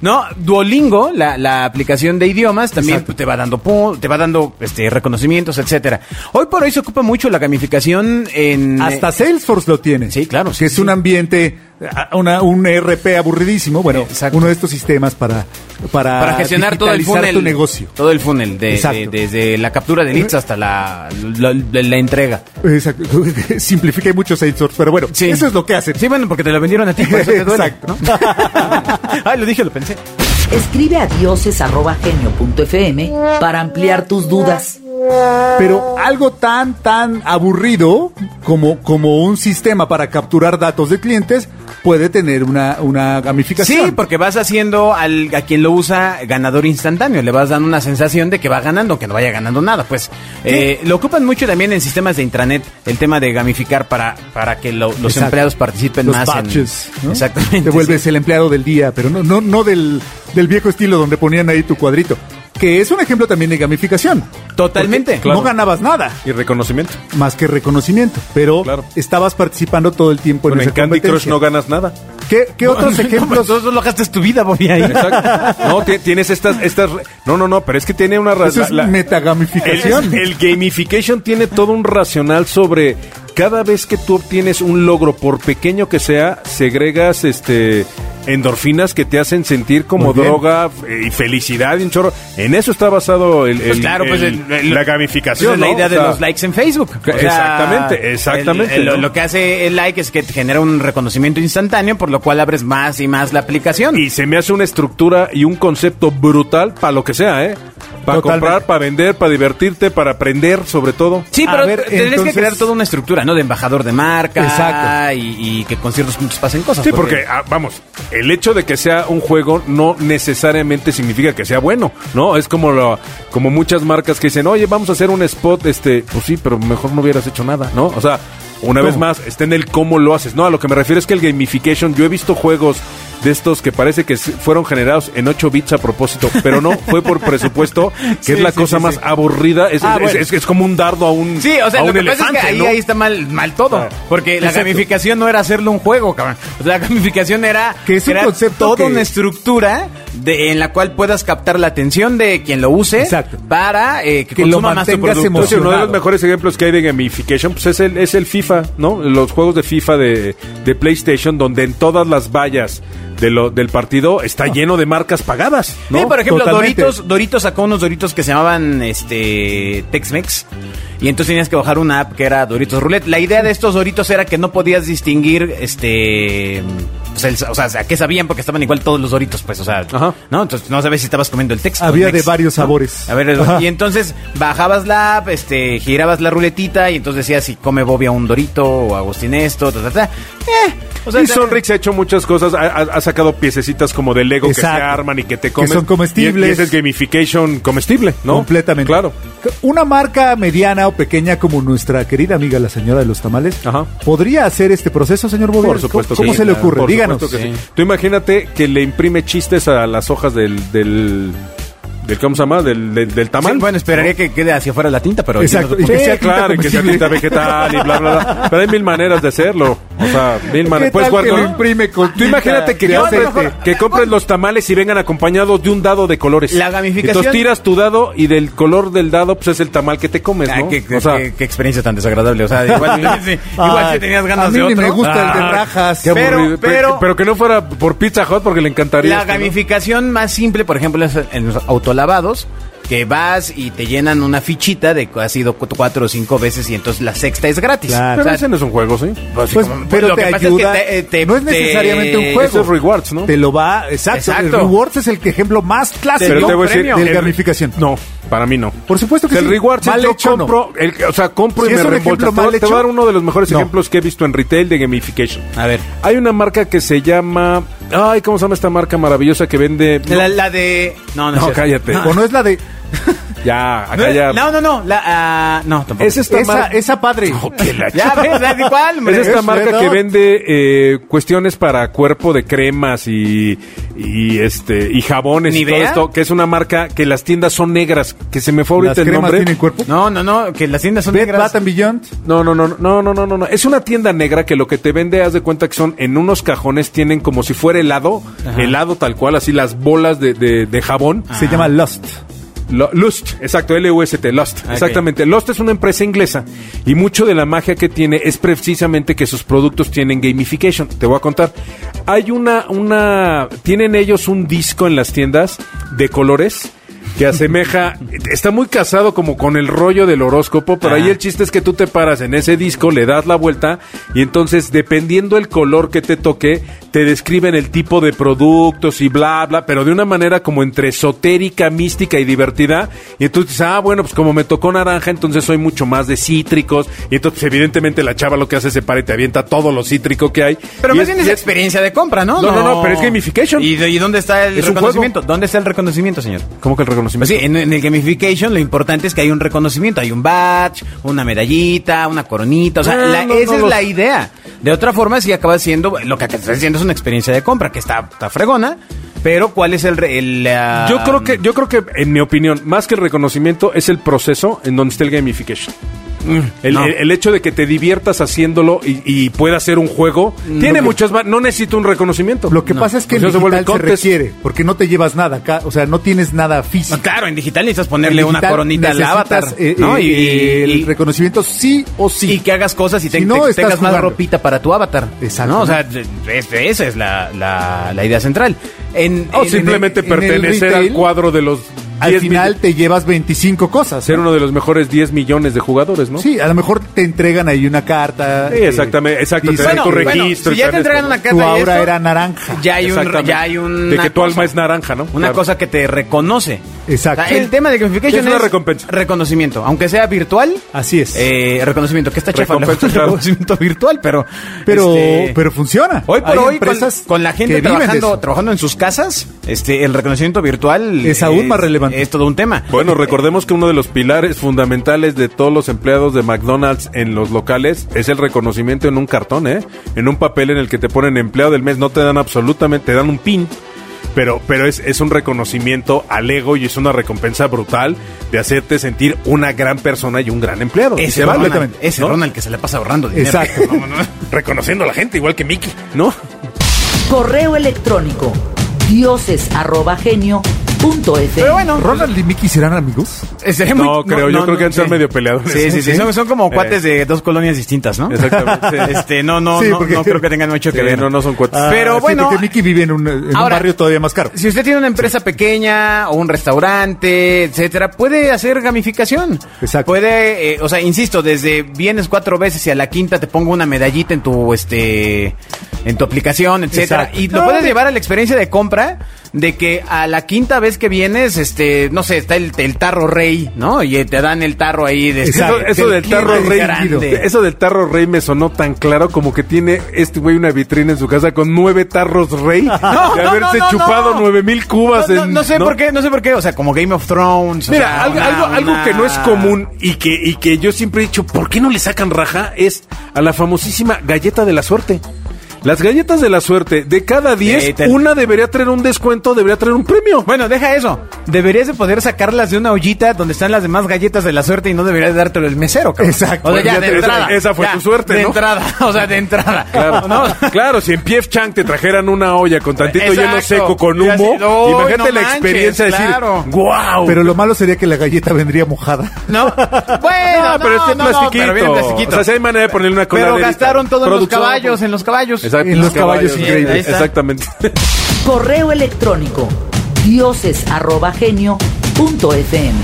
Speaker 2: No, Duolingo, la, la aplicación de idiomas, también pues, te va dando pu- te va dando este reconocimientos, etcétera. Hoy por hoy se ocupa mucho la gamificación en
Speaker 3: Hasta Salesforce lo tiene.
Speaker 2: Sí, claro, sí,
Speaker 3: que es
Speaker 2: sí.
Speaker 3: un ambiente, a- una, un RP aburridísimo. Bueno,
Speaker 2: Exacto.
Speaker 3: uno de estos sistemas para, para,
Speaker 2: para gestionar todo el
Speaker 3: Ah, digitalizar
Speaker 2: funnel.
Speaker 3: tu negocio.
Speaker 2: Todo el funnel, de- de-
Speaker 3: Exacto.
Speaker 2: desde la captura de leads hasta la, la, la- la entrega.
Speaker 3: Exacto. (laughs) Simplifica mucho Salesforce, pero bueno, eso es lo que hacen.
Speaker 2: Sí, bueno, porque te lo vendieron a ti, por eso te duele,
Speaker 3: Exacto.
Speaker 2: ¿no? (laughs) Ay, lo dije, lo pensé.
Speaker 1: Escribe a dioses.genio.fm para ampliar tus dudas.
Speaker 3: Pero algo tan, tan aburrido como, como un sistema para capturar datos de clientes puede tener una, una gamificación.
Speaker 2: Sí, porque vas haciendo al, a quien lo usa ganador instantáneo. Le vas dando una sensación de que va ganando, que no vaya ganando nada. Pues Eh, lo ocupan mucho también en sistemas de intranet el tema de gamificar para, para que lo- los
Speaker 3: Exacto.
Speaker 2: empleados participen
Speaker 3: Los
Speaker 2: más. en-
Speaker 3: patches, ¿no?
Speaker 2: Exactamente.
Speaker 3: Te vuelves
Speaker 2: sí.
Speaker 3: el empleado del día, pero no, no, no del, del viejo estilo donde ponían ahí tu cuadrito. Que es un ejemplo también de gamificación.
Speaker 2: Totalmente.
Speaker 3: Porque No ganabas nada.
Speaker 4: Y reconocimiento.
Speaker 3: Más que reconocimiento, pero
Speaker 4: Claro.
Speaker 3: estabas participando todo el tiempo
Speaker 4: Bueno,
Speaker 3: en
Speaker 4: en
Speaker 3: esa
Speaker 4: Candy Crush
Speaker 3: competencia.
Speaker 4: no ganas nada.
Speaker 3: ¿Qué, qué
Speaker 4: (laughs)
Speaker 3: otros
Speaker 4: pues,
Speaker 3: ejemplos?
Speaker 2: No, solo gastas tu vida, Bobby, ahí.
Speaker 4: Exacto. No, ti- tienes estas, estas. re- No, no, no, pero es que tiene una ra-
Speaker 3: Eso es
Speaker 4: la- la- (laughs)
Speaker 3: metagamificación.
Speaker 4: El, el gamification tiene todo un racional sobre cada vez que tú obtienes un logro, por pequeño que sea, segregas este endorfinas que te hacen sentir como
Speaker 3: Muy bien.
Speaker 4: droga eh, y felicidad y un chorro. En eso está basado el,
Speaker 2: Pues
Speaker 4: el-
Speaker 2: claro, pues
Speaker 4: el-
Speaker 2: el- el-
Speaker 4: la
Speaker 2: Esa
Speaker 4: gamificación.
Speaker 2: es la
Speaker 4: ¿no?
Speaker 2: idea
Speaker 4: O
Speaker 2: de
Speaker 4: sea,
Speaker 2: los likes en Facebook.
Speaker 4: que- exactamente, exactamente,
Speaker 2: el- el- lo-
Speaker 4: ¿no?
Speaker 2: Lo que hace el like es que te genera un reconocimiento instantáneo, por lo cual abres más y más la aplicación.
Speaker 4: Y se me hace una estructura y un concepto brutal para lo que sea, ¿eh? Para
Speaker 3: Totalmente.
Speaker 4: comprar, para vender, para divertirte, para aprender, sobre todo.
Speaker 2: Sí,
Speaker 3: A
Speaker 2: pero
Speaker 3: ver,
Speaker 2: tendrías
Speaker 3: entonces-
Speaker 2: que crear toda una estructura, ¿no? De embajador de marca.
Speaker 3: Exacto.
Speaker 2: Y, y que con ciertos puntos pasen cosas.
Speaker 4: Sí, porque, ah, vamos, el hecho de que sea un juego no necesariamente significa que sea bueno, ¿no? Es como lo, como muchas marcas que dicen, oye, vamos a hacer un spot, este, pues sí, pero mejor no hubieras hecho nada, ¿no? O sea, una vez más, está en el cómo lo haces, ¿no? A lo que me refiero es que el gamification, yo he visto juegos de estos que parece que s- fueron generados en 8 bits a propósito, pero no, fue por presupuesto, que
Speaker 2: (laughs)
Speaker 4: es
Speaker 2: Sí,
Speaker 4: la
Speaker 2: sí,
Speaker 4: cosa
Speaker 2: sí,
Speaker 4: más
Speaker 2: sí.
Speaker 4: aburrida, es,
Speaker 2: Ah,
Speaker 4: es-
Speaker 2: bueno.
Speaker 4: es- es como un dardo a un,
Speaker 2: Sí, o sea,
Speaker 4: a
Speaker 2: lo
Speaker 4: un
Speaker 2: que
Speaker 4: elefante,
Speaker 2: pasa es que ahí,
Speaker 4: ¿no?
Speaker 2: ahí está mal, mal todo.
Speaker 4: Ah.
Speaker 2: Porque la
Speaker 4: Exacto.
Speaker 2: gamificación no era hacerlo un juego, cabrón. O sea, la gamificación era
Speaker 3: Que es un
Speaker 2: crear
Speaker 3: concepto
Speaker 2: toda
Speaker 3: que-
Speaker 2: una estructura de, en la cual puedas captar la atención de quien lo use
Speaker 3: Exacto.
Speaker 2: para eh, que,
Speaker 3: Que lo
Speaker 2: consuma más tu
Speaker 3: mantengas
Speaker 2: producto.
Speaker 4: Entonces, uno de los
Speaker 3: emocionado.
Speaker 4: mejores ejemplos que hay de gamification pues es el, es el FIFA, ¿no? Los juegos de FIFA de, de PlayStation, donde en todas las vallas de lo- del partido está
Speaker 3: Ah.
Speaker 4: lleno de marcas pagadas, ¿no?
Speaker 2: Sí, por ejemplo,
Speaker 3: Totalmente.
Speaker 2: Doritos, Doritos sacó unos Doritos que se llamaban este Tex-Mex. Y entonces tenías que bajar una app que era Doritos Roulette. La idea de estos Doritos era que no podías distinguir este pues, el- o sea, a qué sabían porque estaban igual todos los Doritos, pues, o sea,
Speaker 4: Ajá.
Speaker 2: ¿no? Entonces no sabes si estabas comiendo el Tex. o el
Speaker 3: Había
Speaker 2: Mex,
Speaker 3: de varios
Speaker 2: ¿no?
Speaker 3: sabores.
Speaker 2: A ver, el-
Speaker 3: Ajá.
Speaker 2: y entonces bajabas la app, este, girabas la ruletita y entonces decías si come Bobby a un Dorito o Agustín esto, ta, ta, ta. Eh, o sea,
Speaker 4: y
Speaker 2: te-
Speaker 4: Sonrix ha hecho muchas cosas, ha, ha- ha sacado piececitas como de Lego que se
Speaker 3: Exacto.
Speaker 4: arman y que te
Speaker 3: Que
Speaker 4: comen.
Speaker 3: son comestibles.
Speaker 4: Y, y ese es gamification comestible, ¿no?
Speaker 3: Completamente.
Speaker 4: Claro.
Speaker 3: Una marca mediana o pequeña como nuestra querida amiga la señora de los tamales,
Speaker 4: Ajá.
Speaker 3: ¿podría hacer este proceso, señor Bobby?
Speaker 4: Por supuesto
Speaker 3: ¿Cómo
Speaker 4: que
Speaker 3: se
Speaker 4: sí,
Speaker 3: le
Speaker 4: claro.
Speaker 3: ocurre?
Speaker 4: Por
Speaker 3: Díganos.
Speaker 4: supuesto que sí. Tú imagínate que le imprime chistes a las hojas del, del, ¿Del cómo se llama? ¿Del, del, del tamal?
Speaker 2: Sí, bueno, esperaría que quede hacia afuera la tinta, pero...
Speaker 3: Exacto.
Speaker 2: entiendo
Speaker 3: que (laughs)
Speaker 4: Sí,
Speaker 3: sea tinta
Speaker 4: claro, y que sea
Speaker 3: comestible.
Speaker 4: tinta vegetal y bla, bla, bla. Pero hay mil maneras de hacerlo. O sea, mil maneras.
Speaker 3: ¿Qué
Speaker 4: Puedes
Speaker 3: tal
Speaker 4: jugar
Speaker 3: que
Speaker 4: con-
Speaker 3: lo imprime con
Speaker 4: Tú imagínate que,
Speaker 3: de
Speaker 4: compres,
Speaker 3: aceite?
Speaker 4: que compres los tamales y vengan acompañados de un dado de colores.
Speaker 2: La gamificación.
Speaker 4: Entonces tiras tu dado y del color del dado, pues es el tamal que te comes,
Speaker 2: Ah,
Speaker 4: ¿no?
Speaker 2: qué,
Speaker 4: o sea,
Speaker 2: qué- qué experiencia tan desagradable. O
Speaker 4: (laughs)
Speaker 2: sea, igual, (laughs) sí, igual
Speaker 3: Ay,
Speaker 2: si tenías ganas
Speaker 3: a mí
Speaker 2: de
Speaker 3: ni
Speaker 2: otro.
Speaker 3: me gusta el de
Speaker 2: Ah,
Speaker 3: rajas.
Speaker 4: qué
Speaker 2: pero-
Speaker 4: aburrido. Pe-
Speaker 2: pero-
Speaker 4: pero que no fuera por Pizza Hot porque le encantaría.
Speaker 2: La
Speaker 4: esto, ¿no?
Speaker 2: gamificación más simple, por ejemplo, es en los autolavados, que vas y te llenan una fichita de que has ido cu- cuatro o cinco veces y entonces la sexta es gratis.
Speaker 4: Pero
Speaker 2: O sea,
Speaker 4: ese no es un juego, ¿sí?
Speaker 2: pues,
Speaker 3: Pues,
Speaker 2: como-
Speaker 3: pero
Speaker 2: lo
Speaker 3: te
Speaker 2: que pasa
Speaker 3: ayuda.
Speaker 2: es que te- te-
Speaker 3: no es
Speaker 2: te-
Speaker 3: necesariamente un
Speaker 4: Eso
Speaker 3: juego.
Speaker 4: es rewards, ¿no?
Speaker 3: Te lo va, exacto.
Speaker 2: Exacto.
Speaker 3: El rewards es el que- ejemplo más clásico
Speaker 4: Pero te voy a decir-
Speaker 3: de
Speaker 4: el-
Speaker 3: gamificación.
Speaker 4: No, para mí no.
Speaker 3: Por supuesto que
Speaker 4: el
Speaker 3: sí.
Speaker 4: reward
Speaker 3: Mal
Speaker 4: si yo
Speaker 3: hecho, no.
Speaker 4: compro, el- o sea, compro
Speaker 3: Si
Speaker 4: y
Speaker 3: es
Speaker 4: me
Speaker 3: un ejemplo
Speaker 4: reembolsas. Te, voy-
Speaker 3: mal
Speaker 4: te voy a dar
Speaker 3: hecho,
Speaker 4: uno de los mejores
Speaker 3: no.
Speaker 4: ejemplos que he visto en retail de gamification.
Speaker 2: A ver.
Speaker 4: Hay una marca que se llama, ay, ¿cómo se llama esta marca maravillosa que vende?
Speaker 2: La, la de... No, no, es
Speaker 4: No,
Speaker 2: cierto.
Speaker 4: cállate.
Speaker 3: O no es la de.
Speaker 4: Ya,
Speaker 2: No,
Speaker 4: acá ya. (laughs)
Speaker 2: no, no, no, la, ah, no, tampoco.
Speaker 4: Es esta
Speaker 3: Esa,
Speaker 4: marca.
Speaker 3: esa padre.
Speaker 2: Ya
Speaker 3: (laughs)
Speaker 2: ves, da igual, hombre.
Speaker 4: Es esta
Speaker 3: es
Speaker 4: marca
Speaker 3: verdad.
Speaker 4: que vende eh, cuestiones para cuerpo de cremas y, y este y jabones
Speaker 2: ¿Ni
Speaker 4: y todo
Speaker 2: idea?
Speaker 4: esto, que es una marca que las tiendas son negras, que se me fue ahorita
Speaker 3: Las
Speaker 4: el
Speaker 3: cremas
Speaker 4: nombre.
Speaker 3: tienen cuerpo.
Speaker 2: No, no, no, que las tiendas son
Speaker 3: Bed
Speaker 2: negras.
Speaker 3: Bath and Beyond.
Speaker 4: No, no, no, no, no, no, no, no. Es una tienda negra que lo que te vende, haz de cuenta que son en unos cajones, tienen como si fuera helado, helado tal cual, así las bolas de, de- de jabón.
Speaker 2: Ah.
Speaker 3: Se llama Lost.
Speaker 4: Lo- Lust, exacto, L-U-S-T, Lust,
Speaker 2: Ah, ok.
Speaker 4: exactamente. Lust es una empresa inglesa y mucho de la magia que tiene es precisamente que sus productos tienen gamification. Te voy a contar. Hay una, una, tienen ellos un disco en las tiendas de colores que asemeja, está muy casado como con el rollo del horóscopo, pero ahí el chiste es que tú te paras en ese disco, le das la vuelta y entonces dependiendo el color que te toque, te describen el tipo de productos y bla, bla, pero de una manera como entre esotérica, mística y divertida. Y entonces dices, ah, bueno, pues como me tocó naranja, entonces soy mucho más de cítricos. Y entonces pues, evidentemente la chava lo que hace se para y te avienta todo lo cítrico que hay.
Speaker 2: Pero
Speaker 4: Y
Speaker 2: más
Speaker 4: es-
Speaker 2: bien
Speaker 4: y
Speaker 2: es
Speaker 4: es-
Speaker 2: experiencia de compra, ¿no?
Speaker 4: No, no, no, pero es gamification.
Speaker 2: ¿Y, de- y dónde está el
Speaker 4: Es un
Speaker 2: reconocimiento? ¿Dónde está el reconocimiento, señor?
Speaker 4: ¿Cómo que el reconocimiento?
Speaker 2: Pues sí, en, en el gamification lo importante es que hay un reconocimiento, hay un badge, una medallita, una coronita, o sea,
Speaker 4: Ah,
Speaker 2: la-
Speaker 4: no,
Speaker 2: esa
Speaker 4: no
Speaker 2: es
Speaker 4: los-
Speaker 2: la idea. De otra forma, si acaba siendo, lo que estás haciendo es una experiencia de compra, que está, está fregona, pero ¿cuál es el... re- el, ah,
Speaker 4: Yo
Speaker 3: mm.
Speaker 4: creo que, yo creo que, en mi opinión, más que el reconocimiento, es el proceso en donde está el gamification.
Speaker 3: Mm,
Speaker 4: El,
Speaker 2: no.
Speaker 4: el- el hecho de que te diviertas haciéndolo y, y pueda ser un juego tiene muchas va- no necesito un reconocimiento.
Speaker 3: Mm, Lo que pasa es que
Speaker 4: Pues
Speaker 3: en
Speaker 4: eso vuelve
Speaker 3: digital se
Speaker 4: contest.
Speaker 3: requiere, porque no te llevas nada acá, o sea, no tienes nada físico.
Speaker 2: No, Ah, claro, en digital necesitas ponerle
Speaker 3: En
Speaker 2: una
Speaker 3: digital
Speaker 2: coronita al
Speaker 3: necesitas,
Speaker 2: avatar,
Speaker 3: eh,
Speaker 2: ¿no?
Speaker 3: eh,
Speaker 2: Y-
Speaker 3: el
Speaker 2: y-
Speaker 3: reconocimiento sí o sí.
Speaker 2: y que hagas cosas y te-
Speaker 3: Si no,
Speaker 2: te-
Speaker 3: estás
Speaker 2: tengas más
Speaker 3: jugando.
Speaker 2: ropita para tu avatar.
Speaker 3: Exacto.
Speaker 2: ¿no? O sea, es- esa es la, la- la idea central. En,
Speaker 4: O
Speaker 3: Oh,
Speaker 2: en-
Speaker 4: simplemente
Speaker 3: en el
Speaker 4: pertenecer
Speaker 3: retail,
Speaker 4: al cuadro de los
Speaker 3: Al
Speaker 4: 10
Speaker 3: final
Speaker 4: mil-
Speaker 3: te llevas 25 cosas.
Speaker 4: ser uno de los mejores 10 millones de jugadores, ¿no?
Speaker 3: Sí, a lo mejor te entregan ahí una carta. eh,
Speaker 4: Sí, exactamente, exacto,
Speaker 3: dice
Speaker 4: te dan
Speaker 2: Bueno,
Speaker 4: tu
Speaker 2: bueno,
Speaker 4: registro.
Speaker 2: si ya
Speaker 4: y
Speaker 2: te
Speaker 4: tal,
Speaker 2: entregan
Speaker 4: esto,
Speaker 2: una
Speaker 4: ¿no?
Speaker 2: carta
Speaker 3: tu
Speaker 2: y
Speaker 3: aura
Speaker 2: esto,
Speaker 3: era naranja.
Speaker 2: Ya hay, un,
Speaker 4: Exactamente.
Speaker 2: ya hay una
Speaker 4: De que tu
Speaker 2: cosa-
Speaker 4: alma es naranja, ¿no?
Speaker 2: Una
Speaker 4: Claro.
Speaker 2: cosa que te reconoce.
Speaker 3: Exacto.
Speaker 2: O sea, el tema de gamification
Speaker 4: Es una recompensa.
Speaker 2: reconocimiento. Aunque sea virtual.
Speaker 3: Así es.
Speaker 2: eh, reconocimiento. Que está chafa. (laughs) el
Speaker 4: Recompensa, claro.
Speaker 2: Reconocimiento virtual, pero...
Speaker 3: pero,
Speaker 2: este,
Speaker 3: pero funciona.
Speaker 2: Hoy por
Speaker 3: Hay
Speaker 2: hoy, con,
Speaker 3: empresas
Speaker 2: con la gente
Speaker 3: que viven de
Speaker 2: trabajando,
Speaker 3: eso.
Speaker 2: trabajando en sus casas, este, el reconocimiento virtual
Speaker 3: Es aún más relevante.
Speaker 2: Es todo un tema.
Speaker 4: Bueno, recordemos que uno de los pilares fundamentales de todos los empleados de McDonald's en los locales es el reconocimiento en un cartón, ¿eh? En un papel en el que te ponen empleado del mes, no te dan absolutamente, te dan un pin. Pero, pero es, es un reconocimiento al ego y es una recompensa brutal de hacerte sentir una gran persona y un gran empleado. Y
Speaker 2: ese
Speaker 4: se va,
Speaker 2: Ronald,
Speaker 4: (laughs)
Speaker 3: completamente,
Speaker 2: ese
Speaker 4: ¿no?
Speaker 2: Ronald que se la pasa ahorrando dinero. (laughs)
Speaker 3: Exacto.
Speaker 2: No, no, no.
Speaker 4: Reconociendo a la gente, igual que Mickey, ¿no?
Speaker 1: Correo electrónico dioses@genio.fm.
Speaker 2: Pero bueno,
Speaker 3: ¿Ronald y Mickey serán amigos?
Speaker 2: eh, sería
Speaker 4: No, creo, yo creo que han de ser
Speaker 2: sí.
Speaker 4: medio peleadores.
Speaker 2: Sí, sí, sí.
Speaker 4: Sí.
Speaker 2: Son, son como
Speaker 4: Eh.
Speaker 2: cuates de dos colonias distintas, ¿no?
Speaker 4: Exactamente, sí.
Speaker 2: (laughs) Este, no, no,
Speaker 3: Sí,
Speaker 2: no,
Speaker 3: porque-
Speaker 2: no creo que tengan mucho que
Speaker 4: Sí,
Speaker 2: ver.
Speaker 4: no, no son cuates.
Speaker 3: Ah,
Speaker 2: Pero
Speaker 3: sí,
Speaker 2: bueno,
Speaker 3: porque Mickey vive en un, en un
Speaker 2: ahora-
Speaker 3: barrio todavía más caro.
Speaker 2: Si usted tiene una empresa pequeña o un restaurante, etcétera, puede hacer gamificación.
Speaker 3: Exacto.
Speaker 2: Puede, eh, o sea, insisto, desde vienes cuatro veces y a la quinta te pongo una medallita en tu este en tu aplicación, etcétera,
Speaker 3: Exacto.
Speaker 2: y lo puedes llevar a la experiencia de compra de que a la quinta vez que vienes, este, no sé, está el, el tarro rey, ¿no? Y eh, te dan el tarro ahí de este,
Speaker 3: Exacto.
Speaker 4: Eso, eso
Speaker 3: Del
Speaker 4: del tarro
Speaker 3: cliente
Speaker 4: rey,
Speaker 3: grande.
Speaker 4: eso del tarro rey me sonó tan claro como que tiene este güey una vitrina en su casa con nueve tarros rey
Speaker 2: (laughs) No,
Speaker 4: de
Speaker 2: no,
Speaker 4: haberse
Speaker 2: no, no,
Speaker 4: chupado
Speaker 2: no.
Speaker 4: nueve mil cubas.
Speaker 2: No, no,
Speaker 4: en-
Speaker 2: no sé por qué, no sé por qué, o sea, como Game of Thrones. o
Speaker 4: Mira,
Speaker 2: sea,
Speaker 4: algo,
Speaker 2: una-
Speaker 4: algo, algo
Speaker 2: una-
Speaker 4: que no es común y que, y que yo siempre he dicho, ¿por qué no le sacan raja? Es a la famosísima galleta de la suerte. Las galletas de la suerte, de cada 10,
Speaker 2: Sí, te-
Speaker 4: una debería traer un descuento, debería traer un premio.
Speaker 2: Bueno, deja eso. Deberías de poder sacarlas de una ollita donde están las demás galletas de la suerte y no deberías de dártelo el mesero, cabrón.
Speaker 3: Exacto.
Speaker 2: O sea, ya,
Speaker 4: Ya
Speaker 2: de
Speaker 4: te-
Speaker 2: entrada.
Speaker 4: esa fue
Speaker 2: Ya,
Speaker 4: tu suerte,
Speaker 2: De
Speaker 4: ¿no?
Speaker 2: entrada, (laughs) o sea, de entrada. (laughs)
Speaker 4: Claro,
Speaker 2: ¿No?
Speaker 4: claro, si en Pief Chang te trajeran una olla con tantito hielo
Speaker 2: Exacto.
Speaker 4: seco con
Speaker 2: Ya
Speaker 4: humo,
Speaker 2: sé, no,
Speaker 4: imagínate
Speaker 2: no
Speaker 4: la
Speaker 2: manches,
Speaker 4: experiencia de decir,
Speaker 2: claro.
Speaker 4: wow.
Speaker 3: Pero lo malo sería que la galleta vendría mojada.
Speaker 2: No.
Speaker 4: (laughs)
Speaker 2: Bueno,
Speaker 4: No, pero
Speaker 2: no,
Speaker 4: este
Speaker 2: no, pero
Speaker 4: plastiquito.
Speaker 2: bien plastiquito.
Speaker 4: O sea, sí hay manera de ponerle una cola
Speaker 2: Pero
Speaker 4: de-
Speaker 2: gastaron todo en los
Speaker 4: producción,
Speaker 2: caballos,
Speaker 4: pues.
Speaker 2: en los caballos.
Speaker 4: Exacto,
Speaker 3: En los caballos,
Speaker 4: sí,
Speaker 3: increíble.
Speaker 4: ahí está. Exactamente. (laughs)
Speaker 1: Correo electrónico dioses@genio.fm.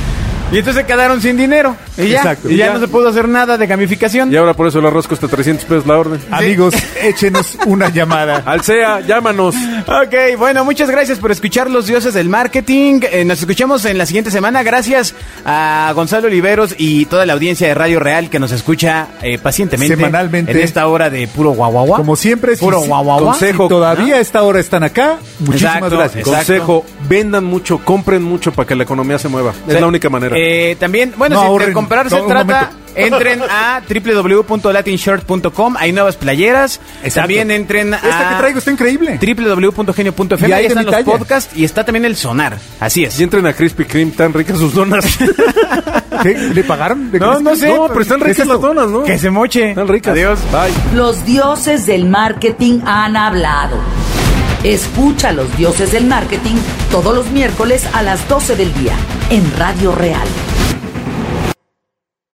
Speaker 2: Y entonces quedaron sin dinero. Y ya,
Speaker 3: Exacto.
Speaker 2: y ya,
Speaker 4: Ya.
Speaker 2: no se pudo hacer nada de gamificación.
Speaker 4: y ahora por eso el arroz cuesta 300 pesos la orden.
Speaker 3: Amigos, échenos una llamada.
Speaker 4: Alcea, llámanos.
Speaker 2: Ok, bueno, muchas gracias por escuchar Los Dioses del Marketing. Eh, nos escuchamos en la siguiente semana. Gracias a Gonzalo Oliveros y toda la audiencia de Radio Real que nos escucha eh, pacientemente.
Speaker 3: Semanalmente.
Speaker 2: En esta hora de puro guaguaguá.
Speaker 3: Como siempre, si-
Speaker 2: Puro guaguaguá.
Speaker 3: consejo, si todavía a esta hora están acá, muchísimas
Speaker 2: Exacto,
Speaker 3: gracias.
Speaker 2: exacto.
Speaker 4: Consejo, vendan mucho, compren mucho para que la economía se mueva.
Speaker 2: Sí.
Speaker 4: Es la única manera.
Speaker 2: Eh, también, bueno,
Speaker 3: No
Speaker 2: si
Speaker 3: ahorren.
Speaker 2: de comprar
Speaker 3: No,
Speaker 2: se
Speaker 3: un
Speaker 2: trata,
Speaker 3: momento.
Speaker 2: entren a www.latinshirt.com. Hay nuevas playeras.
Speaker 3: Exacto.
Speaker 2: También entren a...
Speaker 3: Esta que traigo está increíble.
Speaker 2: www.genio.fm
Speaker 3: Y hay
Speaker 2: ahí
Speaker 3: de
Speaker 2: están
Speaker 3: mi
Speaker 2: los
Speaker 3: talla.
Speaker 2: podcasts y está también el sonar. Así es.
Speaker 4: Y entren a Krispy Kreme, tan ricas sus donas.
Speaker 3: ¿Qué? ¿Le pagaron? ¿Le
Speaker 2: No,
Speaker 3: crees?
Speaker 2: no sé.
Speaker 4: (laughs) No, pero están
Speaker 3: ¿Qué
Speaker 4: ricas
Speaker 3: es
Speaker 4: las
Speaker 3: esto?
Speaker 4: donas, ¿no?
Speaker 2: Que se moche.
Speaker 4: Están ricas.
Speaker 2: Adiós.
Speaker 4: Bye.
Speaker 1: Los dioses del marketing han hablado. Escucha a los dioses del marketing todos los miércoles a las 12 del día en Radio Real.